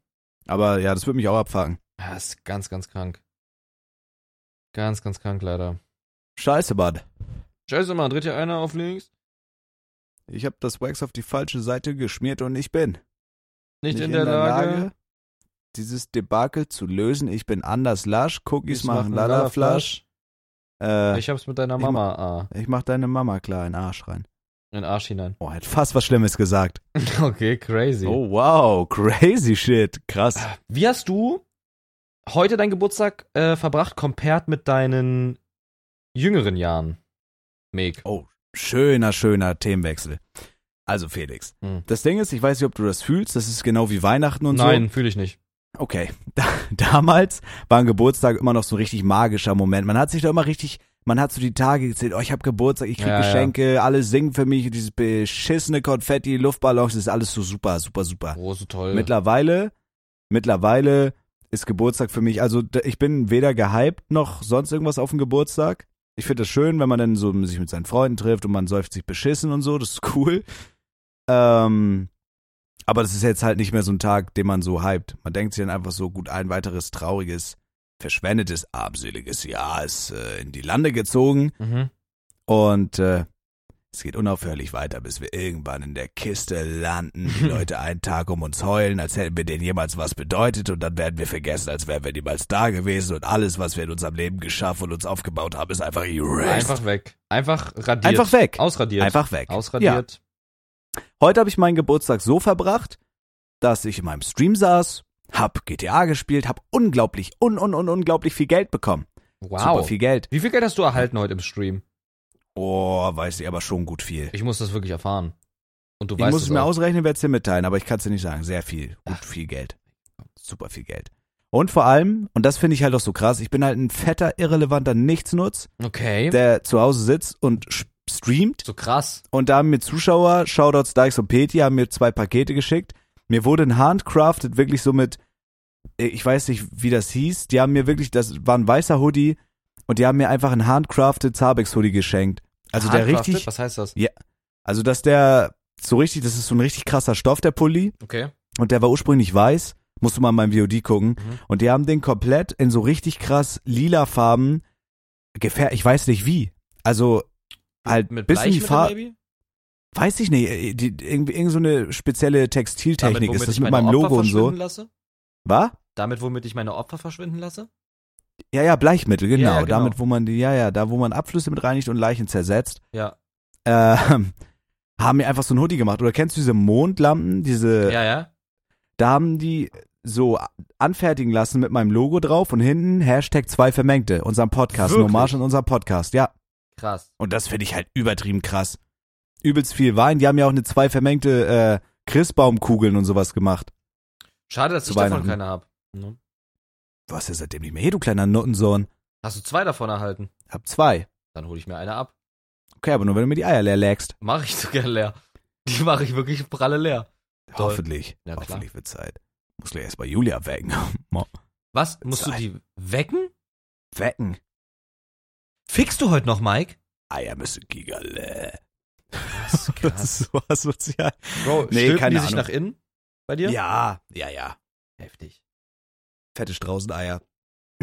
S1: Aber ja, das würde mich auch abfacken.
S2: Ja, ist ganz, ganz krank. Ganz, ganz krank, leider.
S1: Scheiße, Bud.
S2: Scheiße, Mann, dreht hier einer auf links?
S1: Ich habe das Wax auf die falsche Seite geschmiert und ich bin
S2: Nicht, in, der, Lage.
S1: dieses Debakel zu lösen. Ich bin anders lasch, Cookies
S2: Ich
S1: machen
S2: mach einen
S1: Lalaflasch. Äh, ich,
S2: Ich hab's mit deiner
S1: Ich
S2: Mama ah,
S1: mach deine Mama klar in den Arsch rein.
S2: in den Arsch hinein.
S1: Oh, hätte fast was Schlimmes gesagt.
S2: Okay, crazy.
S1: Oh, wow, crazy shit. Krass.
S2: Wie hast du heute deinen Geburtstag äh, verbracht, compared mit deinen jüngeren Jahren, Meg?
S1: Oh, schöner, schöner Themenwechsel. Also Felix,
S2: Mhm.
S1: das Ding ist, ich weiß nicht, ob du das fühlst, das ist genau wie Weihnachten und so.
S2: Nein, fühle ich nicht.
S1: Okay, da, damals war ein Geburtstag immer noch so ein richtig magischer Moment. Man hat sich da immer richtig, man hat so die Tage gezählt, oh, ich habe Geburtstag, ich krieg
S2: Ja, ja.
S1: Geschenke, alle singen für mich, dieses beschissene Konfetti, Luftballons, das ist alles so super, super, super.
S2: Oh, so toll.
S1: Mittlerweile, mittlerweile ist Geburtstag für mich, also d- ich bin weder gehypt noch sonst irgendwas auf den Geburtstag. Ich finde das schön, wenn man dann so sich mit seinen Freunden trifft und man säuft sich beschissen und so, das ist cool. Ähm, aber das ist jetzt halt nicht mehr so ein Tag, den man so hypt. Man denkt sich dann einfach so, gut, ein weiteres trauriges, verschwendetes, armseliges Jahr ist äh, in die Lande gezogen
S2: mhm.
S1: und äh, es geht unaufhörlich weiter, bis wir irgendwann in der Kiste landen, die Leute einen Tag um uns heulen, als hätten wir denen jemals was bedeutet und dann werden wir vergessen, als wären wir niemals da gewesen und alles, was wir in unserem Leben geschafft und uns aufgebaut haben, ist einfach erased.
S2: Einfach weg. Einfach radiert.
S1: Einfach weg.
S2: Ausradiert.
S1: Einfach weg.
S2: Ausradiert.
S1: Heute habe ich meinen Geburtstag so verbracht, dass ich in meinem Stream saß, hab GTA gespielt, hab unglaublich, un, un, un, unglaublich viel Geld bekommen. Super
S2: Wow.
S1: viel Geld.
S2: Wie viel Geld hast du erhalten heute im Stream?
S1: Oh, weiß ich aber schon gut viel.
S2: Ich muss das wirklich erfahren. Und du
S1: ich
S2: weißt
S1: muss
S2: es
S1: es mir
S2: auch.
S1: ausrechnen, werde es dir mitteilen, aber ich kann es dir nicht sagen. Sehr viel, gut viel Geld. Super viel Geld. Und vor allem, und das finde ich halt auch so krass, ich bin halt ein fetter, irrelevanter Nichtsnutz,
S2: Okay.
S1: der zu Hause sitzt und sch- streamt.
S2: so krass.
S1: Und da haben mir Zuschauer, Shoutouts Dykes und Peti, haben mir zwei Pakete geschickt. Mir wurde ein Handcrafted, wirklich so mit, äh, ich weiß nicht, wie das hieß, die haben mir wirklich, das war ein weißer Hoodie und die haben mir einfach ein Handcrafted Zabex Hoodie geschenkt. Also der
S2: Handcrafted?
S1: richtig,
S2: Was heißt das?
S1: also dass der so richtig, das ist so ein richtig krasser Stoff, der Pulli.
S2: Okay.
S1: und der war ursprünglich weiß, musst du mal in meinem VOD gucken.
S2: Mhm.
S1: Und die haben den komplett in so richtig krass lila Farben gefärbt. Ich weiß nicht wie. Also halt
S2: Mit
S1: bis in die
S2: Bleichmittel,
S1: Farbe.
S2: maybe?
S1: Weiß ich nicht. äh, Die, irgendwie irgend so eine spezielle Textiltechnik
S2: womit
S1: ist das
S2: ich
S1: mit
S2: meine
S1: meinem
S2: Opfer
S1: Logo und so.
S2: verschwinden Lasse?
S1: War?
S2: Damit, womit ich meine Opfer verschwinden lasse?
S1: Ja, ja, Bleichmittel, genau.
S2: Ja, ja, genau.
S1: Damit, wo man die, ja, ja, da, wo man Abflüsse mit reinigt und Leichen zersetzt,
S2: Ja.
S1: äh, haben mir einfach so ein Hoodie gemacht. Oder kennst du diese Mondlampen? Diese,
S2: Ja, ja.
S1: da haben die so anfertigen lassen mit meinem Logo drauf und hinten Hashtag zwei Vermengte, unserem Podcast, eine
S2: Wirklich?
S1: Hommage an unserem Podcast, ja.
S2: Krass.
S1: Und das finde ich halt übertrieben krass. Übelst viel Wein. Die haben ja auch eine zwei vermengte äh, Christbaumkugeln und sowas gemacht.
S2: Schade, dass
S1: Zu
S2: ich davon
S1: Weihnachten.
S2: keine habe. Ne?
S1: Du hast ja seitdem nicht mehr hier, du kleiner Nuttensohn.
S2: Hast du zwei davon erhalten?
S1: Hab zwei.
S2: Dann hole ich mir eine ab.
S1: Okay, aber nur wenn du mir die Eier leer lägst.
S2: Mache ich sogar leer. Die mache ich wirklich pralle leer. Toll.
S1: Hoffentlich.
S2: Ja, klar.
S1: Hoffentlich wird Zeit. Muss gleich erstmal Julia wecken. Mo-
S2: Was? Musst du
S1: Sei.
S2: die wecken?
S1: wecken.
S2: Fickst du heute noch, Mike?
S1: Eier müssen gigale.
S2: Krass,
S1: Das ist so asozial.
S2: Bro,
S1: Nee,
S2: stülpen
S1: keine
S2: die sich
S1: Ahnung.
S2: nach innen bei dir?
S1: Ja, ja, ja.
S2: Heftig.
S1: Fette Straußeneier.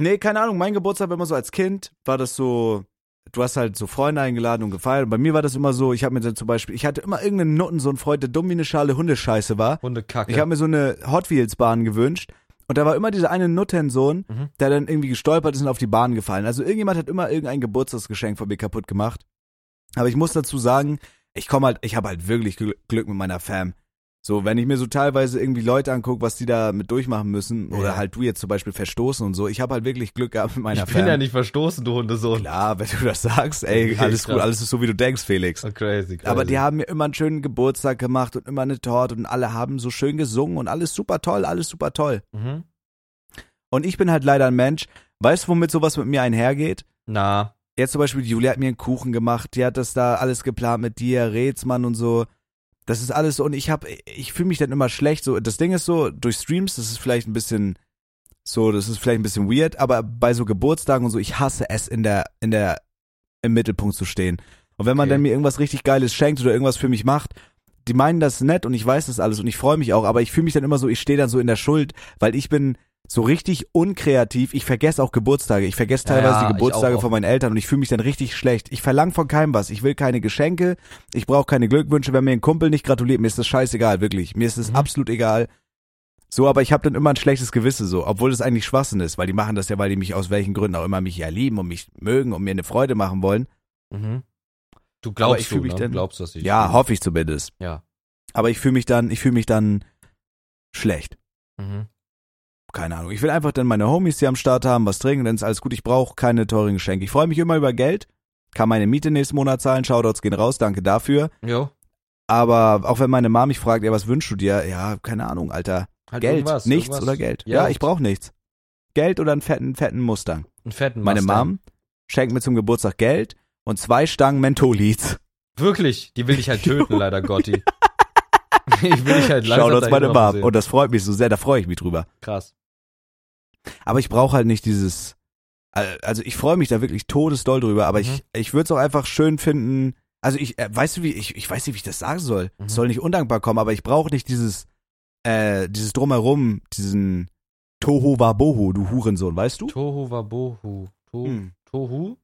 S1: Nee, keine Ahnung. Mein Geburtstag war immer so als Kind, war das so. Du hast halt so Freunde eingeladen und gefeiert. Und bei mir war das immer so, ich habe mir dann zum Beispiel, ich hatte immer irgendeinen Nuttensohn-Freund, der dumm wie eine Schale Hundescheiße war.
S2: Hundekacke.
S1: Ich habe mir so eine Hot Wheels Bahn gewünscht und da war immer dieser eine Nuttensohn,
S2: Mhm.
S1: der dann irgendwie gestolpert ist und auf die Bahn gefallen. Also irgendjemand hat immer irgendein Geburtstagsgeschenk von mir kaputt gemacht. Aber ich muss dazu sagen, ich komme halt, ich habe halt wirklich Gl- Glück mit meiner Fam. So, wenn ich mir so teilweise irgendwie Leute angucke, was die da mit durchmachen müssen oder
S2: Ja.
S1: halt du jetzt zum Beispiel verstoßen und so, ich habe halt wirklich Glück gehabt mit meiner
S2: ich bin
S1: Fam.
S2: ja nicht verstoßen, du Hundesohn.
S1: Klar, wenn du das sagst, ey,
S2: Okay,
S1: alles gut,
S2: krass.
S1: alles ist so wie du denkst, Felix.
S2: Oh, crazy, crazy.
S1: Aber die haben mir immer einen schönen Geburtstag gemacht und immer eine Torte und alle haben so schön gesungen und alles super toll, alles super toll.
S2: Mhm.
S1: Und ich bin halt leider ein Mensch. Weißt du, womit sowas mit mir einhergeht?
S2: Na,
S1: Jetzt zum Beispiel, die Julia hat mir einen Kuchen gemacht, die hat das da alles geplant mit dir, Rätsmann und so. Das ist alles so, und ich hab, ich fühle mich dann immer schlecht. So, das Ding ist so, durch Streams, das ist vielleicht ein bisschen so, das ist vielleicht ein bisschen weird, aber bei so Geburtstagen und so, ich hasse es, in der, in der, im Mittelpunkt zu stehen. Und wenn man
S2: Okay.
S1: dann mir irgendwas richtig Geiles schenkt oder irgendwas für mich macht, die meinen das nett und ich weiß das alles und ich freue mich auch, aber ich fühle mich dann immer so, ich stehe dann so in der Schuld, weil ich bin so richtig unkreativ. Ich vergesse auch Geburtstage. Ich vergesse
S2: Ja,
S1: teilweise
S2: ja,
S1: die
S2: ich
S1: Geburtstage
S2: auch
S1: von meinen Eltern und ich fühle mich dann richtig schlecht. Ich verlange von keinem was. Ich will keine Geschenke. Ich brauche keine Glückwünsche. Wenn mir ein Kumpel nicht gratuliert, mir ist das scheißegal, wirklich. Mir ist das
S2: Mhm.
S1: absolut egal. So, aber ich habe dann immer ein schlechtes Gewissen so, obwohl es eigentlich Schwachsinn ist, weil die machen das ja, weil die mich aus welchen Gründen auch immer mich ja lieben und mich mögen und mir eine Freude machen wollen.
S2: mhm.
S1: Aber
S2: du
S1: ich
S2: glaubst
S1: fühl
S2: du,
S1: mich
S2: ne?
S1: dann-
S2: glaubst du, dass ich
S1: Ja, hoffe ich zumindest.
S2: Ja.
S1: Aber ich fühle mich dann, ich fühle mich dann schlecht.
S2: Mhm.
S1: Keine Ahnung. Ich will einfach dann meine Homies, die am Start haben, was trinken, dann ist alles gut. Ich brauche keine teuren Geschenke. Ich freue mich immer über Geld, kann meine Miete nächsten Monat zahlen, Shoutouts gehen raus, danke dafür.
S2: Jo,
S1: Aber auch wenn meine Mom mich fragt, ja, was wünschst du dir? Ja, keine Ahnung, Alter.
S2: halt
S1: Geld,
S2: irgendwas,
S1: nichts
S2: irgendwas.
S1: oder Geld. Ja,
S2: gut.
S1: ich brauche nichts. Geld oder einen fetten, fetten Mustang.
S2: einen fetten
S1: Meine
S2: Mustang.
S1: Mom schenkt mir zum Geburtstag Geld und zwei Stangen Mentolits.
S2: Wirklich, die will ich halt töten, leider Gotti. ich will dich halt langsam
S1: Shoutouts
S2: dahin
S1: meine
S2: kommen
S1: Mom.
S2: sehen.
S1: Und das freut mich so sehr, da freue ich mich drüber.
S2: Krass.
S1: Aber ich brauche halt nicht dieses. al- Also ich freue mich da wirklich todesdoll drüber, aber
S2: Mhm.
S1: ich, ich würde es auch einfach schön finden. Also ich, äh, weißt du wie, ich, ich weiß nicht, wie ich das sagen soll.
S2: Mhm.
S1: Es soll nicht undankbar kommen, aber ich brauche nicht dieses, äh, dieses drumherum, diesen Toho Wabohu, du Hurensohn, weißt du?
S2: Tohu Wabohu. To
S1: Hm.
S2: Tohu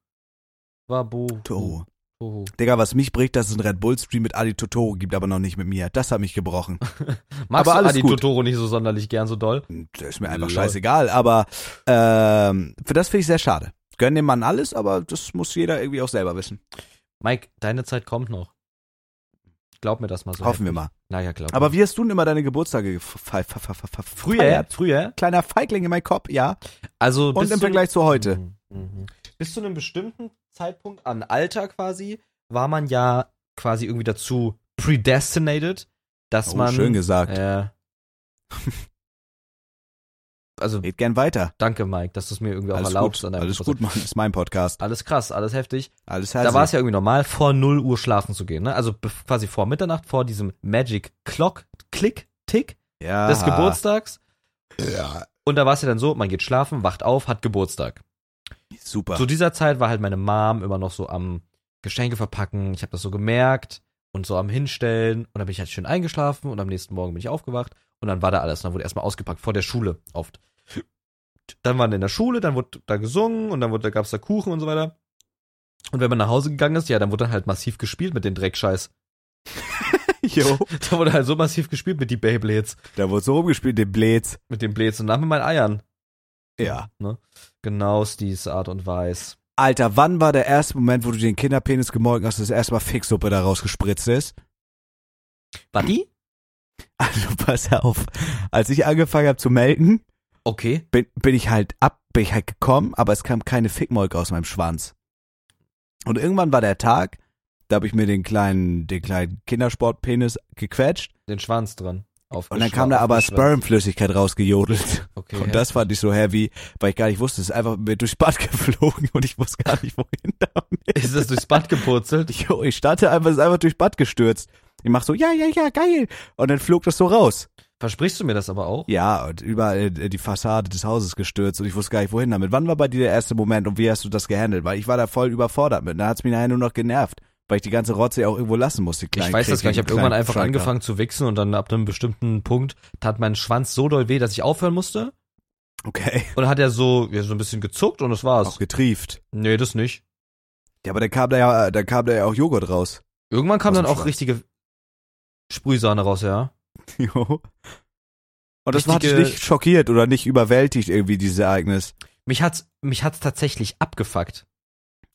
S2: Wabohu.
S1: Toho.
S2: Tohu.
S1: Digga, was mich bricht, dass es einen Red Bull Stream mit Adi Totoro gibt, aber noch nicht mit mir. Das hat mich gebrochen.
S2: Magst
S1: Aber
S2: du
S1: alles
S2: Adi
S1: gut.
S2: Totoro nicht so sonderlich gern so doll?
S1: Und Hm, Das ist mir einfach
S2: Lol.
S1: scheißegal, aber ähm, für das finde ich sehr schade. Gönn dem Mann alles, aber das muss jeder irgendwie auch selber wissen.
S2: Mike, deine Zeit kommt noch. Glaub mir das mal so.
S1: Hoffen wir mal.
S2: Na ja, glaub
S1: Aber
S2: mir.
S1: wie hast du denn immer deine Geburtstage gef- fe- fe- fe- fe- fe-
S2: früher,
S1: gefeiert?
S2: früher,
S1: Kleiner Feigling in meinem Kopf, ja.
S2: also
S1: Und
S2: bis
S1: im
S2: zu-
S1: Vergleich zu heute.
S2: Mhm, mhm. Bis zu einem bestimmten Zeitpunkt an Alter quasi war man ja quasi irgendwie dazu predestinated, dass
S1: Oh,
S2: man
S1: schön gesagt.
S2: Äh, also
S1: Red gern weiter.
S2: danke Mike, dass du es mir irgendwie auch
S1: Alles
S2: erlaubst.
S1: gut,
S2: an deinem
S1: alles
S2: Geburtstag.
S1: gut, Also- Mann. Ist mein Podcast.
S2: Alles krass, alles heftig.
S1: Alles
S2: da war
S1: herzlich.
S2: es ja irgendwie normal, vor 0 Uhr schlafen zu gehen. Ne? Also be- quasi vor Mitternacht, vor diesem Magic Clock, Klick, Tick
S1: Ja.
S2: des Geburtstags.
S1: Ja.
S2: Und da war es ja dann so, man geht schlafen, wacht auf, hat Geburtstag.
S1: Super.
S2: Zu dieser Zeit war halt meine Mom immer noch so am Geschenke verpacken. Ich habe das so gemerkt und so am Hinstellen. Und dann bin ich halt schön eingeschlafen und am nächsten Morgen bin ich aufgewacht. Und dann war da alles. Dann wurde erstmal ausgepackt, vor der Schule oft. Dann waren wir in der Schule, dann wurde da gesungen und dann wurde, da gab's da Kuchen und so weiter. Und wenn man nach Hause gegangen ist, ja, dann wurde dann halt massiv gespielt mit den Dreckscheiß.
S1: Jo.
S2: Da wurde halt so massiv gespielt mit die Beyblades,
S1: Da wurde so rumgespielt, den Blitz.
S2: mit den Blades und dann mit meinen Eiern.
S1: Ja.
S2: Genau diese Art und Weise.
S1: Alter, wann war der erste Moment, wo du den Kinderpenis gemolken hast, dass erstmal Fixsuppe daraus gespritzt ist?
S2: War die?
S1: Also pass auf. Als ich angefangen habe zu melken,
S2: Okay.
S1: bin, bin ich halt ab, bin ich halt gekommen, aber es kam keine Fickmolke aus meinem Schwanz. Und irgendwann war der Tag, da habe ich mir den kleinen, den kleinen Kindersportpenis gequetscht
S2: Den Schwanz dran.
S1: und
S2: Oh,
S1: dann kam da aber Spermflüssigkeit rausgejodelt.
S2: Okay.
S1: Und das fand ich so heavy, weil ich gar nicht wusste, es ist einfach mir durchs Bad geflogen und ich wusste gar nicht, wohin damit.
S2: Ist das durchs Bad gepurzelt?
S1: Jo, ich starte einfach, es ist einfach durchs Bad gestürzt. Ich mach so, ja, ja, ja, geil. Und dann flog das so raus.
S2: Versprichst du mir das aber auch?
S1: Ja, und überall äh, die Fassade des Hauses gestürzt und ich wusste gar nicht, wohin damit. Wann war bei dir der erste Moment und wie hast du das gehandelt? Weil ich war da voll überfordert mit. Da hat's mich nachher nur noch genervt, weil ich die ganze Rotze ja auch irgendwo lassen musste. die kleinen
S2: ich weiß das gar nicht. Ich
S1: Kriechen,
S2: habe irgendwann
S1: kleinen
S2: einfach
S1: Schalker.
S2: angefangen zu wichsen und dann ab einem bestimmten Punkt tat mein Schwanz so doll weh, dass ich aufhören musste.
S1: Okay,
S2: Und dann hat er so, ja, so ein bisschen gezuckt und das war's.
S1: auch getrieft.
S2: Nee, das nicht.
S1: Ja, aber da kam da ja, da kam da ja auch Joghurt raus.
S2: Irgendwann kam
S1: Aus
S2: dann
S1: dem
S2: auch
S1: Schwanz.
S2: richtige Sprühsahne raus, ja.
S1: Jo. Und das hat dich
S2: Richtige-
S1: nicht schockiert oder nicht überwältigt irgendwie dieses Ereignis.
S2: Mich hat's, mich hat's tatsächlich abgefuckt.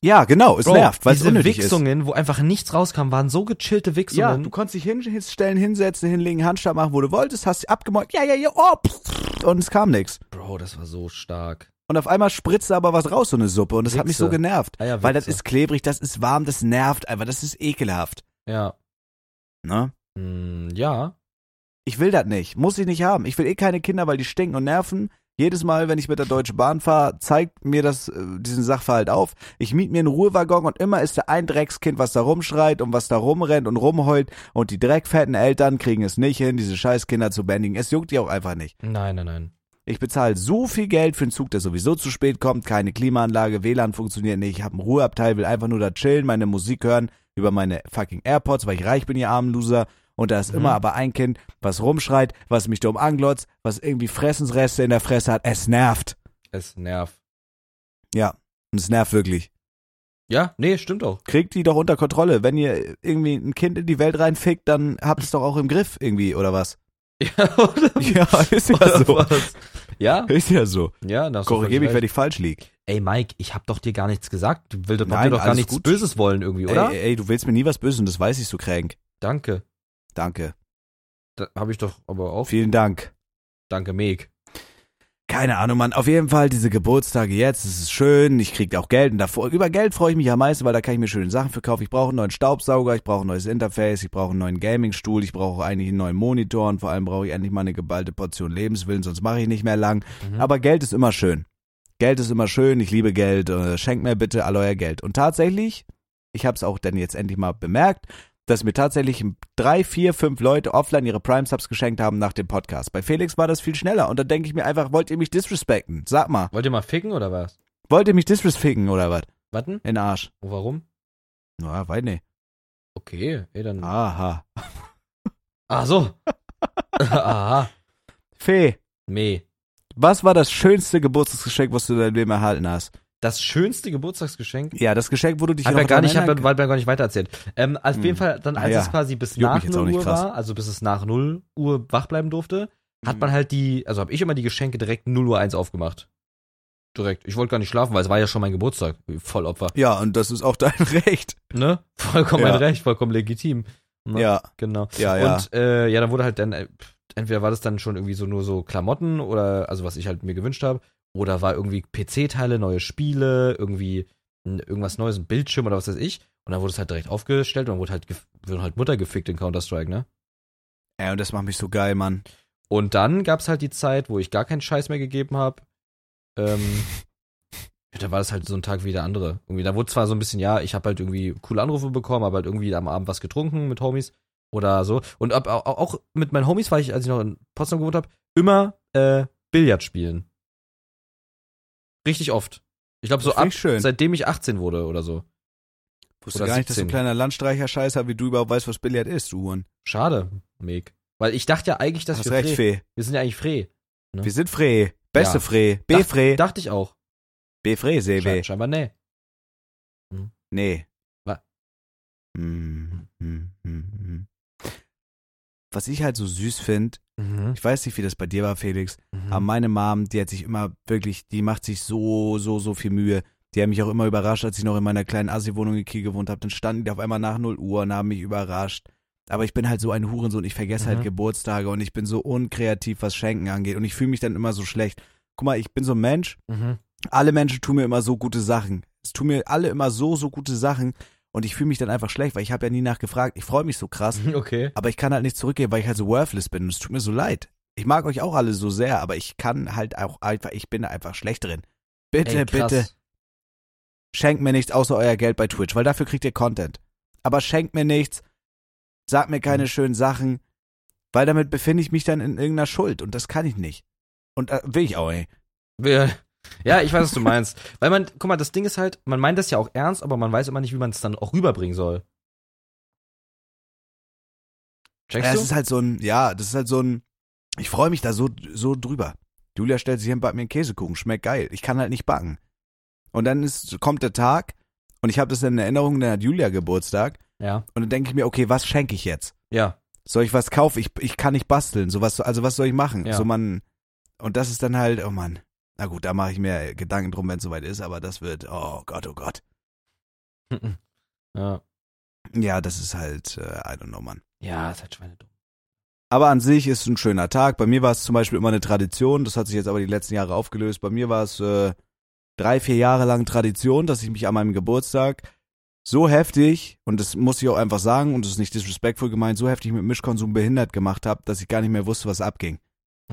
S1: Ja, genau, es nervt, weil es
S2: diese
S1: unnötig ist.
S2: Wichsungen, wo einfach nichts rauskam, waren so gechillte
S1: Ja,
S2: Wichsungen.
S1: du konntest dich hinstellen, hinsetzen, hinlegen, Handstand machen, wo du wolltest, hast dich abgemolken, ja, ja, ja, oh, pff, und es kam nichts.
S2: Bro, das war so stark.
S1: Und auf einmal spritzt da aber was raus, so eine Suppe. Und das hat mich so
S2: Wichse.
S1: genervt.
S2: Ah ja,
S1: Weil das
S2: Wichse.
S1: ist klebrig, das ist warm, das nervt einfach, das ist ekelhaft.
S2: Ja.
S1: Ne?
S2: Mm, ja.
S1: Ich will das nicht, muss ich nicht haben. Ich will eh keine Kinder, weil die stinken und nerven. Jedes Mal, wenn ich mit der Deutschen Bahn fahre, zeigt mir das, äh, diesen Sachverhalt auf. Ich miet mir einen Ruhewaggon und immer ist da ein Dreckskind, was da rumschreit und was da rumrennt und rumheult. Und die dreckfetten Eltern kriegen es nicht hin, diese Scheißkinder zu bändigen. Es juckt die auch einfach nicht.
S2: Nein, nein, nein.
S1: Ich bezahle so viel Geld für einen Zug, der sowieso zu spät kommt, keine Klimaanlage, WLAN funktioniert nicht, ich habe einen Ruheabteil, will einfach nur da chillen, meine Musik hören über meine fucking AirPods, weil ich reich bin, ihr armen Loser. Und da ist immer aber ein Kind, was rumschreit, was mich dumm anglotzt, was irgendwie Fressensreste in der Fresse hat. Es nervt.
S2: Es nervt.
S1: Ja, und es nervt wirklich.
S2: Ja, nee, stimmt auch.
S1: Kriegt die doch unter Kontrolle. Wenn ihr irgendwie ein Kind in die Welt reinfickt, dann habt es doch auch im Griff irgendwie, oder was?
S2: Ja, oder?
S1: Ja, ist
S2: Oder was? Ja,
S1: Ist ja so.
S2: ja, das
S1: Korrigiere mich, wenn ich falsch lieg.
S2: Ey, Mike, ich hab doch dir gar nichts gesagt. Du willst
S1: Nein,
S2: Nein, doch gar
S1: alles
S2: nichts
S1: gut.
S2: Böses wollen irgendwie, oder?
S1: Ey, ey, du willst mir nie was Böses und das weiß ich so kränk.
S2: Danke.
S1: Danke.
S2: Da hab ich doch aber auch.
S1: Vielen Dank.
S2: Danke, Meg.
S1: Keine Ahnung, Mann. Auf jeden Fall diese Geburtstage jetzt. Es ist schön. Ich krieg auch Geld. Und davor, über Geld freue ich mich am meisten, weil da kann ich mir schöne Sachen für kaufen. Ich brauche einen neuen Staubsauger. Ich brauche ein neues Interface. Ich brauche einen neuen Gaming-Stuhl. Ich brauche eigentlich einen neuen Monitor. Und vor allem brauche ich endlich mal eine geballte Portion Lebenswillen. Sonst mache ich nicht mehr lang.
S2: Mhm.
S1: Aber Geld ist immer schön. Geld ist immer schön. Ich liebe Geld. Äh, Schenkt mir bitte all euer Geld. Und tatsächlich, ich habe es auch dann jetzt endlich mal bemerkt, dass mir tatsächlich drei, vier, fünf Leute offline ihre Prime-Subs geschenkt haben nach dem Podcast. Bei Felix war das viel schneller und da denke ich mir einfach, wollt ihr mich disrespekten? Sag mal,
S2: Wollt ihr mal ficken oder was?
S1: wollt ihr mich disrespekten oder was?
S2: Warten?
S1: In den Arsch.
S2: Oh, warum?
S1: Na, weiß nicht.
S2: Okay, ey,
S1: Ah.
S2: dann.
S1: Aha.
S2: Ach so. Aha.
S1: Fee,
S2: Meh.
S1: was war das schönste Geburtstagsgeschenk, was du in deinem Leben erhalten hast?
S2: Das schönste Geburtstagsgeschenk
S1: Ja, das Geschenk, wo du dich
S2: Ich hab
S1: noch
S2: ja gar
S1: dran
S2: nicht, ich hab ja
S1: erinnern
S2: weit gar nicht weitererzählt. Ähm, auf
S1: Hm.
S2: jeden Fall, dann als
S1: Ah ja.
S2: es quasi
S1: Juckt
S2: bis
S1: mich
S2: nach
S1: jetzt auch
S2: 0
S1: nicht
S2: Uhr
S1: krass.
S2: war, also bis es nach 0 Uhr wach bleiben durfte, hat
S1: Hm.
S2: man halt die, also habe ich immer die Geschenke direkt 0 Uhr 1 aufgemacht. Direkt. Ich wollte gar nicht schlafen, weil es war ja schon mein Geburtstag. Vollopfer.
S1: Ja, und das ist auch dein Recht.
S2: Ne? Vollkommen
S1: Ja.
S2: mein Recht, vollkommen legitim. Ne?
S1: Ja,
S2: Genau.
S1: ja, ja.
S2: Und äh, ja, dann wurde halt dann, äh, pff, entweder war das dann schon irgendwie so nur so Klamotten oder, also was ich halt mir gewünscht habe, oder war irgendwie PC-Teile, neue Spiele, irgendwie n- irgendwas Neues, ein Bildschirm oder was weiß ich. Und dann wurde es halt direkt aufgestellt und dann wurde halt, gef- wurde halt Mutter gefickt in Counter-Strike, ne?
S1: Ey, und das macht mich so geil, Mann.
S2: Und dann gab es halt die Zeit, wo ich gar keinen Scheiß mehr gegeben habe. Ähm, ja, da war das halt so ein Tag wie der andere. Irgendwie, da wurde zwar so ein bisschen, ja, ich habe halt irgendwie coole Anrufe bekommen, aber halt irgendwie am Abend was getrunken mit Homies oder so. Und ab, au- auch mit meinen Homies war ich, als ich noch in Potsdam gewohnt habe, immer äh, Billard spielen. Richtig oft. Ich glaube so
S1: Das find
S2: ab,
S1: ich schön.
S2: seitdem ich 18 wurde oder so.
S1: Wusste
S2: Oder
S1: gar nicht, dass du
S2: 17.
S1: ein kleiner Landstreicher-Scheißer wie du überhaupt weißt, was Billard ist, du Huren.
S2: Schade, Meg. Weil ich dachte ja eigentlich, dass
S1: Hast
S2: wir
S1: recht,
S2: Fre
S1: Fee.
S2: Wir sind ja eigentlich Fre.
S1: Wir sind Fre. Beste
S2: Ja.
S1: Fre. B-Fre.
S2: Dachte ich auch.
S1: B-Fre,
S2: Schein,
S1: Seewe.
S2: scheinbar nee.
S1: E, Nee.
S2: Wa-
S1: Hm, hm, hm, hm. Was ich halt so süß finde,
S2: Mhm.
S1: ich weiß nicht, wie das bei dir war, Felix, Aber meine Mom, die hat sich immer wirklich, die macht sich so, so, so viel Mühe. Die haben mich auch immer überrascht, als ich noch in meiner kleinen Assi-Wohnung in Kiel gewohnt habe. Dann standen die auf einmal nach 0 Uhr und haben mich überrascht. Aber ich bin halt so ein Hurensohn, ich vergesse
S2: Mhm.
S1: halt Geburtstage und ich bin so unkreativ, was Schenken angeht. Und ich fühle mich dann immer so schlecht. Guck mal, ich bin so ein Mensch,
S2: Mhm.
S1: alle Menschen tun mir immer so gute Sachen. Es tun mir alle immer so, so gute Sachen. Und ich fühle mich dann einfach schlecht, weil ich habe ja nie nachgefragt. Ich freue mich so krass.
S2: Okay.
S1: Aber ich kann halt nicht zurückgehen, weil ich halt so worthless bin. Und es tut mir so leid. Ich mag euch auch alle so sehr, aber ich kann halt auch einfach, ich bin da einfach schlecht drin. Bitte,
S2: Ey, krass.
S1: bitte, schenkt mir nichts außer euer Geld bei Twitch, weil dafür kriegt ihr Content. Aber schenkt mir nichts, sagt mir keine
S2: Mhm.
S1: schönen Sachen, weil damit befinde ich mich dann in irgendeiner Schuld und das kann ich nicht. Und äh, will ich auch, ey.
S2: Ja, Ja, ich weiß, was du meinst. Weil man, guck mal, das Ding ist halt, man meint das ja auch ernst, aber man weiß immer nicht, wie man es dann auch rüberbringen soll. Checkst
S1: Ja,
S2: du?
S1: es ist halt so ein, ja, das ist halt so ein, ich freue mich da so, so drüber. Julia stellt sich hin, backt mir einen Käsekuchen, schmeckt geil. Ich kann halt nicht backen. Und dann ist, kommt der Tag und ich habe das in Erinnerung, dann hat Julia Geburtstag
S2: ja.
S1: und dann denke ich mir, okay, was schenke ich jetzt?
S2: Ja.
S1: Soll ich was kaufen? Ich, ich kann nicht basteln. So was, also was soll ich machen?
S2: Ja.
S1: So man, und das ist dann halt, oh Mann. Na gut, da mache ich mir Gedanken drum, wenn es soweit ist, aber das wird, oh Gott, oh Gott.
S2: Ja,
S1: Ja, das ist halt, äh, I don't know, Mann.
S2: ja ist halt schweinedumm.
S1: Aber an sich ist ein schöner Tag. Bei mir war es zum Beispiel immer eine Tradition, das hat sich jetzt aber die letzten Jahre aufgelöst. Bei mir war es äh, drei, vier Jahre lang Tradition, dass ich mich an meinem Geburtstag so heftig, und das muss ich auch einfach sagen, und das ist nicht disrespectful gemeint, so heftig mit Mischkonsum behindert gemacht habe, dass ich gar nicht mehr wusste, was abging.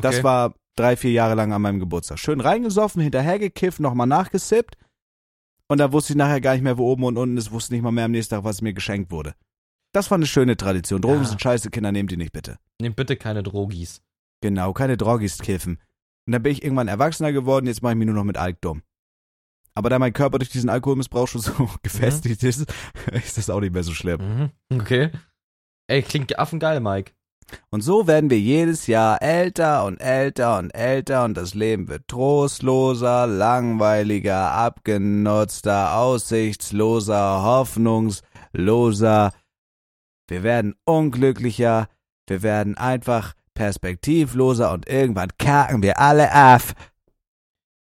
S1: Das
S2: Okay.
S1: war drei, vier Jahre lang an meinem Geburtstag. Schön reingesoffen, hinterhergekifft, nochmal nachgesippt. Und da wusste ich nachher gar nicht mehr, wo oben und unten ist, wusste nicht mal mehr am nächsten Tag, was mir geschenkt wurde. Das war eine schöne Tradition. Drogen
S2: Ja.
S1: sind scheiße, Kinder, nehmt die nicht bitte.
S2: Nimm bitte keine Drogis.
S1: Genau, keine Drogis kiffen. Und dann bin ich irgendwann erwachsener geworden, jetzt mache ich mich nur noch mit Alk dumm. Aber da mein Körper durch diesen Alkoholmissbrauch schon so gefestigt ist, ist das auch nicht mehr so schlimm.
S2: Mhm. Okay. Ey, klingt affengeil, Mike.
S1: Und so werden wir jedes Jahr älter und älter und älter und das Leben wird trostloser, langweiliger, abgenutzter, aussichtsloser, hoffnungsloser. Wir werden unglücklicher, wir werden einfach perspektivloser und irgendwann kacken wir alle auf.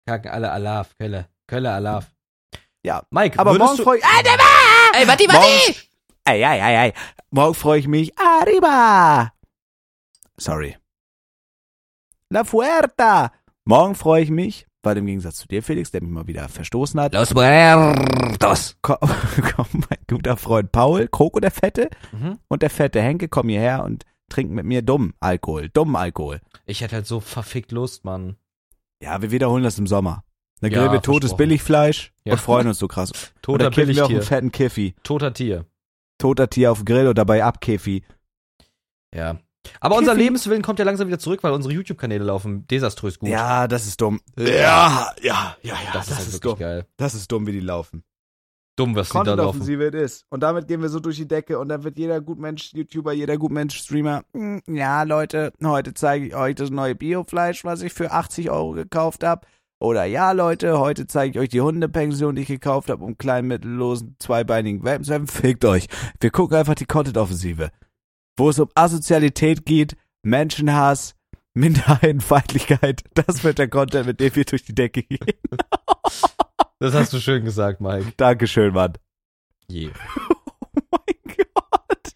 S2: Kacken alle Alaf, Kölle. Kölle Alaf.
S1: Ja,
S2: Mike,
S1: aber morgen Ah,
S2: würdest du...
S1: freue ich,
S3: Ey, warte,
S1: morgen,
S3: Ey, ey, ey, ey.
S1: morgen freu ich mich. Arriba! Sorry. La Fuerta! Morgen freue ich mich, weil im Gegensatz zu dir, Felix, der mich mal wieder verstoßen hat,
S3: Los Muertos.
S1: ko- kommt mein guter Freund Paul, Kroko der Fette
S2: Mhm.
S1: und der fette Henke kommen hierher und trinken mit mir dumm Alkohol, dummen Alkohol.
S2: Ich hätte halt so verfickt Lust, Mann.
S1: Ja, wir wiederholen das im Sommer. Dann
S2: Ja,
S1: grillen wir totes
S2: versprochen.
S1: Billigfleisch
S2: Ja.
S1: und freuen uns so krass. und
S2: Toter
S1: dann killen wir auch einen
S2: Billigtier.
S1: fetten Kiffi.
S2: Toter Tier.
S1: Toter Tier auf dem Grill oder bei Abkiffi.
S2: Ja. Aber unser
S1: Kiffi.
S2: Lebenswillen kommt ja langsam wieder zurück, weil unsere YouTube-Kanäle laufen desaströs gut.
S1: Ja, das ist dumm. Ja, ja, ja, ja.
S2: das, ist halt wirklich geil.
S1: Das ist dumm, wie die laufen.
S2: Dumm, was die da laufen.
S1: Content-Offensive it is. Und damit gehen wir so durch die Decke und dann wird jeder Gutmensch-YouTuber, jeder Gutmensch-Streamer, "Mm, ja, Leute, heute zeige ich euch das neue Biofleisch, was ich für 80 Euro gekauft habe. Oder ja, Leute, heute zeige ich euch die Hundepension, die ich gekauft habe, um kleinen, mittellosen, zweibeinigen Welpen zu helfen. Fickt euch. Wir gucken einfach die Content-Offensive. Wo es um Asozialität geht, Menschenhass, Minderheitenfeindlichkeit, das wird der Content, mit dem wir durch die Decke gehen.
S2: Das hast du schön gesagt, Mike.
S1: Dankeschön, Mann.
S2: Yeah.
S1: Oh mein Gott.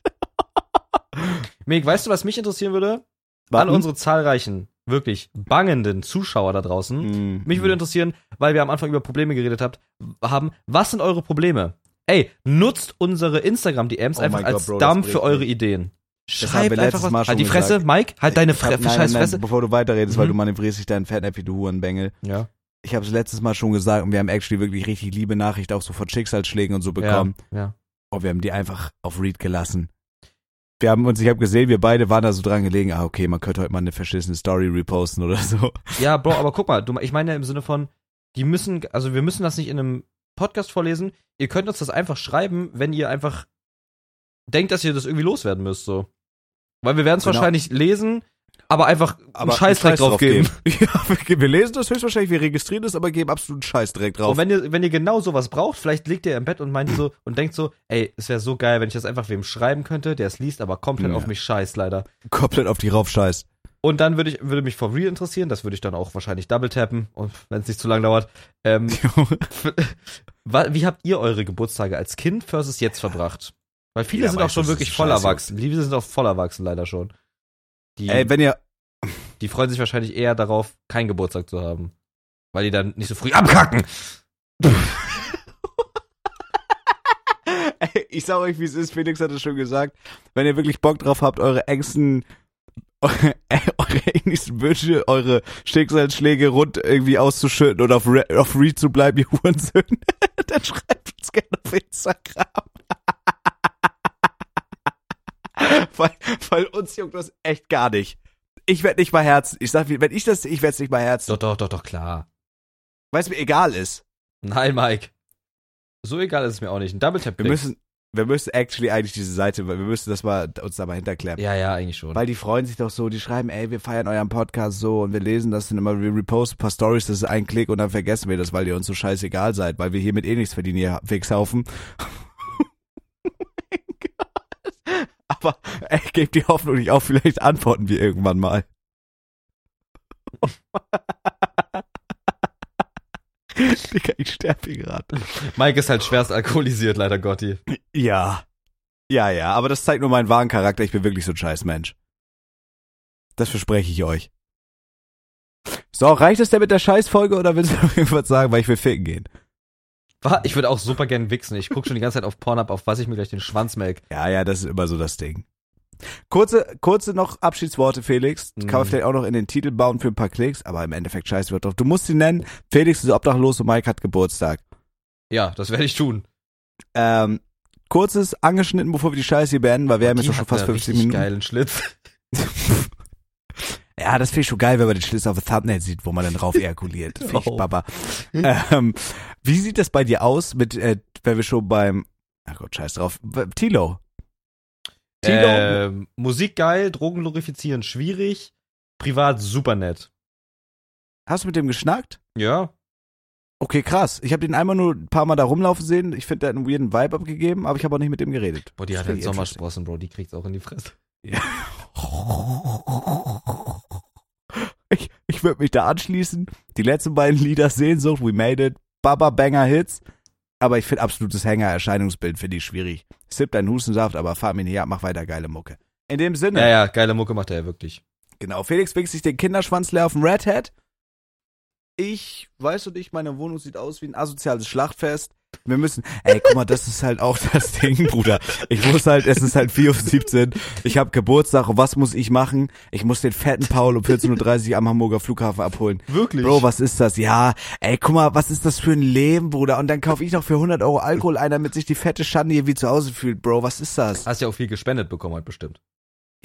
S2: Meg, weißt du, was mich interessieren würde?
S1: Warten.
S2: An unsere zahlreichen, wirklich bangenden Zuschauer da draußen.
S1: Mhm.
S2: Mich würde interessieren, weil wir am Anfang über Probleme geredet habt, haben, was sind eure Probleme? Ey, nutzt unsere Instagram-DMs
S1: Oh
S2: einfach
S1: mein Gott,
S2: als
S1: Bro, das
S2: Dampf
S1: bricht
S2: für eure
S1: mich.
S2: Ideen.
S1: haben
S2: Schreibt
S1: wir
S2: einfach
S1: letztes
S2: was.
S1: Mal schon
S2: halt die Fresse,
S1: gesagt.
S2: Mike, halt deine Fre
S1: Nein, nein,
S2: scheiß
S1: nein,
S2: Fresse.
S1: Bevor du weiterredest, weil
S2: Mhm.
S1: du manövrierst dich deinen Fettnäpfchen, du Hurenbengel.
S2: Ja.
S1: Ich habe es letztes Mal schon gesagt und wir haben actually wirklich richtig liebe Nachricht auch so von Schicksalsschlägen und so bekommen.
S2: Ja. ja.
S1: Und wir haben die einfach auf Read gelassen. Wir haben uns, ich habe gesehen, wir beide waren da so dran gelegen, ah, okay, man könnte heute mal eine verschissene Story reposten oder so.
S2: Ja, Bro, aber guck mal, du, ich meine ja im Sinne von, die müssen, also wir müssen das nicht in einem Podcast vorlesen. Ihr könnt uns das einfach schreiben, wenn ihr einfach denkt, dass ihr das irgendwie loswerden müsst, so. Weil wir werden es
S1: Genau.
S2: wahrscheinlich lesen, aber einfach
S1: Aber
S2: einen Scheißdreck
S1: einen
S2: drauf geben.
S1: Ja, wir, wir lesen das höchstwahrscheinlich, wir registrieren das, aber geben absoluten Scheißdreck drauf.
S2: Und wenn ihr, wenn ihr genau sowas braucht, vielleicht liegt ihr im Bett und meint so und denkt so, ey, es wäre so geil, wenn ich das einfach wem schreiben könnte, der es liest, aber komplett
S1: Ja.
S2: auf mich scheißt leider.
S1: komplett auf die raufscheißt.
S2: Und dann würde ich, würde mich for real interessieren, das würde ich dann auch wahrscheinlich double tappen, und wenn es nicht zu lang dauert. Ähm, wa- wie habt ihr eure Geburtstage als Kind versus jetzt verbracht? Weil viele
S1: Ja,
S2: sind auch
S1: meistens
S2: schon
S1: ist
S2: wirklich
S1: es
S2: voll
S1: scheiße.
S2: erwachsen. Viele sind auch voll erwachsen leider schon. Die,
S1: Ey, wenn ihr,
S2: die freuen sich wahrscheinlich eher darauf, keinen Geburtstag zu haben. Weil die dann nicht so früh abkacken.
S1: Ey, ich sag euch, wie es ist, Felix hat es schon gesagt, wenn ihr wirklich Bock drauf habt, eure engsten, eure, eure ähnlichsten Wünsche, eure Schicksalsschläge rund irgendwie auszuschütten und auf, Re auf Read zu bleiben, ihr Hurensöhne, dann schreibt uns gerne auf Instagram. weil, weil uns juckt das echt gar nicht. Ich werd nicht mal herzen. Ich sag, wenn ich das, ich werd's nicht mal herzen.
S2: Doch, doch, doch, doch, klar.
S1: Weil es mir egal ist.
S2: Nein, Mike. So egal ist es mir auch nicht. Ein Double Tap
S1: Wir müssen, wir müssen actually eigentlich diese Seite, weil wir müssen das mal, uns da mal hinterklären.
S2: Ja, ja, eigentlich schon.
S1: Weil die freuen sich doch so, die schreiben, ey, wir feiern euren Podcast so und wir lesen das dann immer, wir reposten ein paar Stories, das ist ein Klick und dann vergessen wir das, weil ihr uns so scheißegal seid, weil wir hiermit eh nichts verdienen, ihr Wichshaufen. Oh Aber ey, gebt die Hoffnung nicht auf, vielleicht antworten wir irgendwann mal. Digga, ich sterbe hier gerade.
S2: Mike ist halt schwerst alkoholisiert, leider Gotti.
S1: Ja. Ja, ja, aber das zeigt nur meinen wahren Charakter. Ich bin wirklich so ein scheiß Mensch. Das verspreche ich euch. So, reicht es denn mit der Scheißfolge oder willst du noch irgendwas sagen, weil ich will ficken gehen?
S2: Wa- Ich würde auch super gern wichsen. Ich gucke schon die ganze Zeit auf Pornhub, auf was ich mir gleich den Schwanz melk.
S1: Ja, ja, das ist immer so das Ding. Kurze, kurze noch Abschiedsworte, Felix. Kann man
S2: Mhm.
S1: vielleicht auch noch in den Titel bauen für ein paar Klicks, aber im Endeffekt scheiß wird drauf. Du musst ihn nennen. Felix ist obdachlos und Mike hat Geburtstag.
S2: Ja, das werde ich tun.
S1: Ähm, kurzes angeschnitten, bevor wir die Scheiße hier beenden, weil wir haben jetzt
S2: Die
S1: doch schon
S2: hat
S1: fast
S2: einen
S1: 50
S2: richtig
S1: Minuten.
S2: geilen Schlitz.
S1: Ja, das finde ich schon geil, wenn man den Schlüssel auf dem Thumbnail sieht, wo man dann drauf ejakuliert. Finde ich
S2: Oh.
S1: Baba. Ähm, wie sieht das bei dir aus mit, äh, wenn wir schon beim, ach Gott, scheiß drauf, bei Tilo. Tilo,
S2: Ähm, Musik geil, Drogen glorifizieren schwierig, privat super nett.
S1: hast du mit dem geschnackt?
S2: Ja,
S1: Okay, krass. Ich habe den einmal nur ein paar Mal da rumlaufen sehen. Ich finde, der hat einen weirden Vibe abgegeben, aber ich habe auch nicht mit dem geredet.
S2: boah, die
S1: Das
S2: hat
S1: find
S2: halt
S1: ich interesting.
S2: Sommersprossen, Bro, die kriegt's auch in die Fresse.
S1: Ich, ich würde mich da anschließen. Die letzten beiden Lieder Sehnsucht, We Made It, Baba Banger Hits. Aber ich finde absolutes Hänger-Erscheinungsbild, finde ich schwierig. Sip deinen Hustensaft, aber fahr mir nicht ab, mach weiter geile Mucke. In dem Sinne,
S2: Ja, ja, geile Mucke macht er ja wirklich.
S1: genau. Felix wichst sich den Kinderschwanz leer auf den Red Hat. Ich weiß und ich, meine Wohnung sieht aus wie ein asoziales Schlachtfest. Wir müssen, ey, guck mal, das ist halt auch das Ding, Bruder. Ich muss halt, es ist halt 4.17 Uhr, ich habe Geburtstag und was muss ich machen? Ich muss den fetten Paul um 14.30 Uhr am Hamburger Flughafen abholen.
S2: Wirklich?
S1: Bro, was ist das? Ja, ey, guck mal, was ist das für ein Leben, Bruder? Und dann kaufe ich noch für 100 Euro Alkohol ein, damit sich die fette Schande hier wie zu Hause fühlt, Bro. Was ist das?
S2: Hast ja auch viel gespendet bekommen heute bestimmt.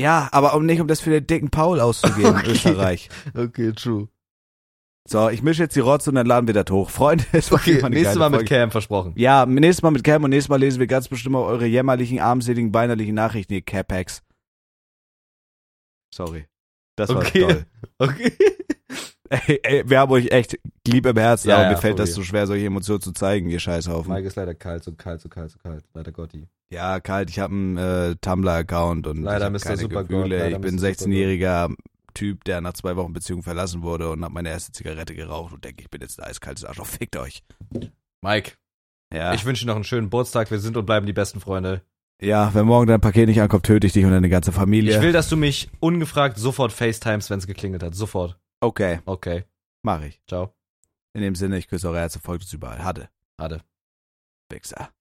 S1: Ja, aber um nicht, um das für den dicken Paul auszugeben
S2: Okay.
S1: in Österreich.
S2: Okay, true.
S1: So, ich mische jetzt die Rotz und dann laden wir das hoch. Freunde, es war
S2: Okay,
S1: immer eine
S2: nächstes
S1: geile
S2: Mal mit
S1: Folge.
S2: Cam, versprochen.
S1: Ja, nächstes Mal mit Cam und nächstes Mal lesen wir ganz bestimmt mal eure jämmerlichen, armseligen, weinerlichen Nachrichten, ihr Capex. Sorry. Das war
S2: Okay.
S1: toll.
S2: Okay.
S1: Ey, ey, wir haben euch echt lieb im Herzen,
S2: Ja,
S1: aber
S2: ja,
S1: mir fällt
S2: sorry.
S1: das so schwer, solche Emotionen zu zeigen, ihr Scheißhaufen.
S2: Mike ist leider kalt, so kalt, so kalt, so kalt. Leider Gotti.
S1: Ja, kalt, ich habe einen äh, Tumblr-Account und
S2: Leider
S1: ich
S2: Mr.
S1: hab keine
S2: Supergirl,
S1: Gefühle.
S2: leider
S1: ich bin
S2: Mr.
S1: 16-jähriger Typ, der nach zwei Wochen Beziehung verlassen wurde und habe meine erste Zigarette geraucht und denke, ich bin jetzt ein eiskaltes Arschloch. Fickt euch.
S2: Mike,
S1: Ja.
S2: ich wünsche dir noch einen schönen Geburtstag. Wir sind und bleiben die besten Freunde.
S1: Ja, wenn morgen dein Paket nicht ankommt, töte ich dich und deine ganze Familie.
S2: Ich will, dass du mich ungefragt sofort FaceTimes, wenn es geklingelt hat. Sofort.
S1: okay,
S2: Okay.
S1: mach ich.
S2: Ciao.
S1: In dem Sinne, ich küsse eure Herzen, folgt uns überall. Hatte.
S2: Ade.
S1: Wichser.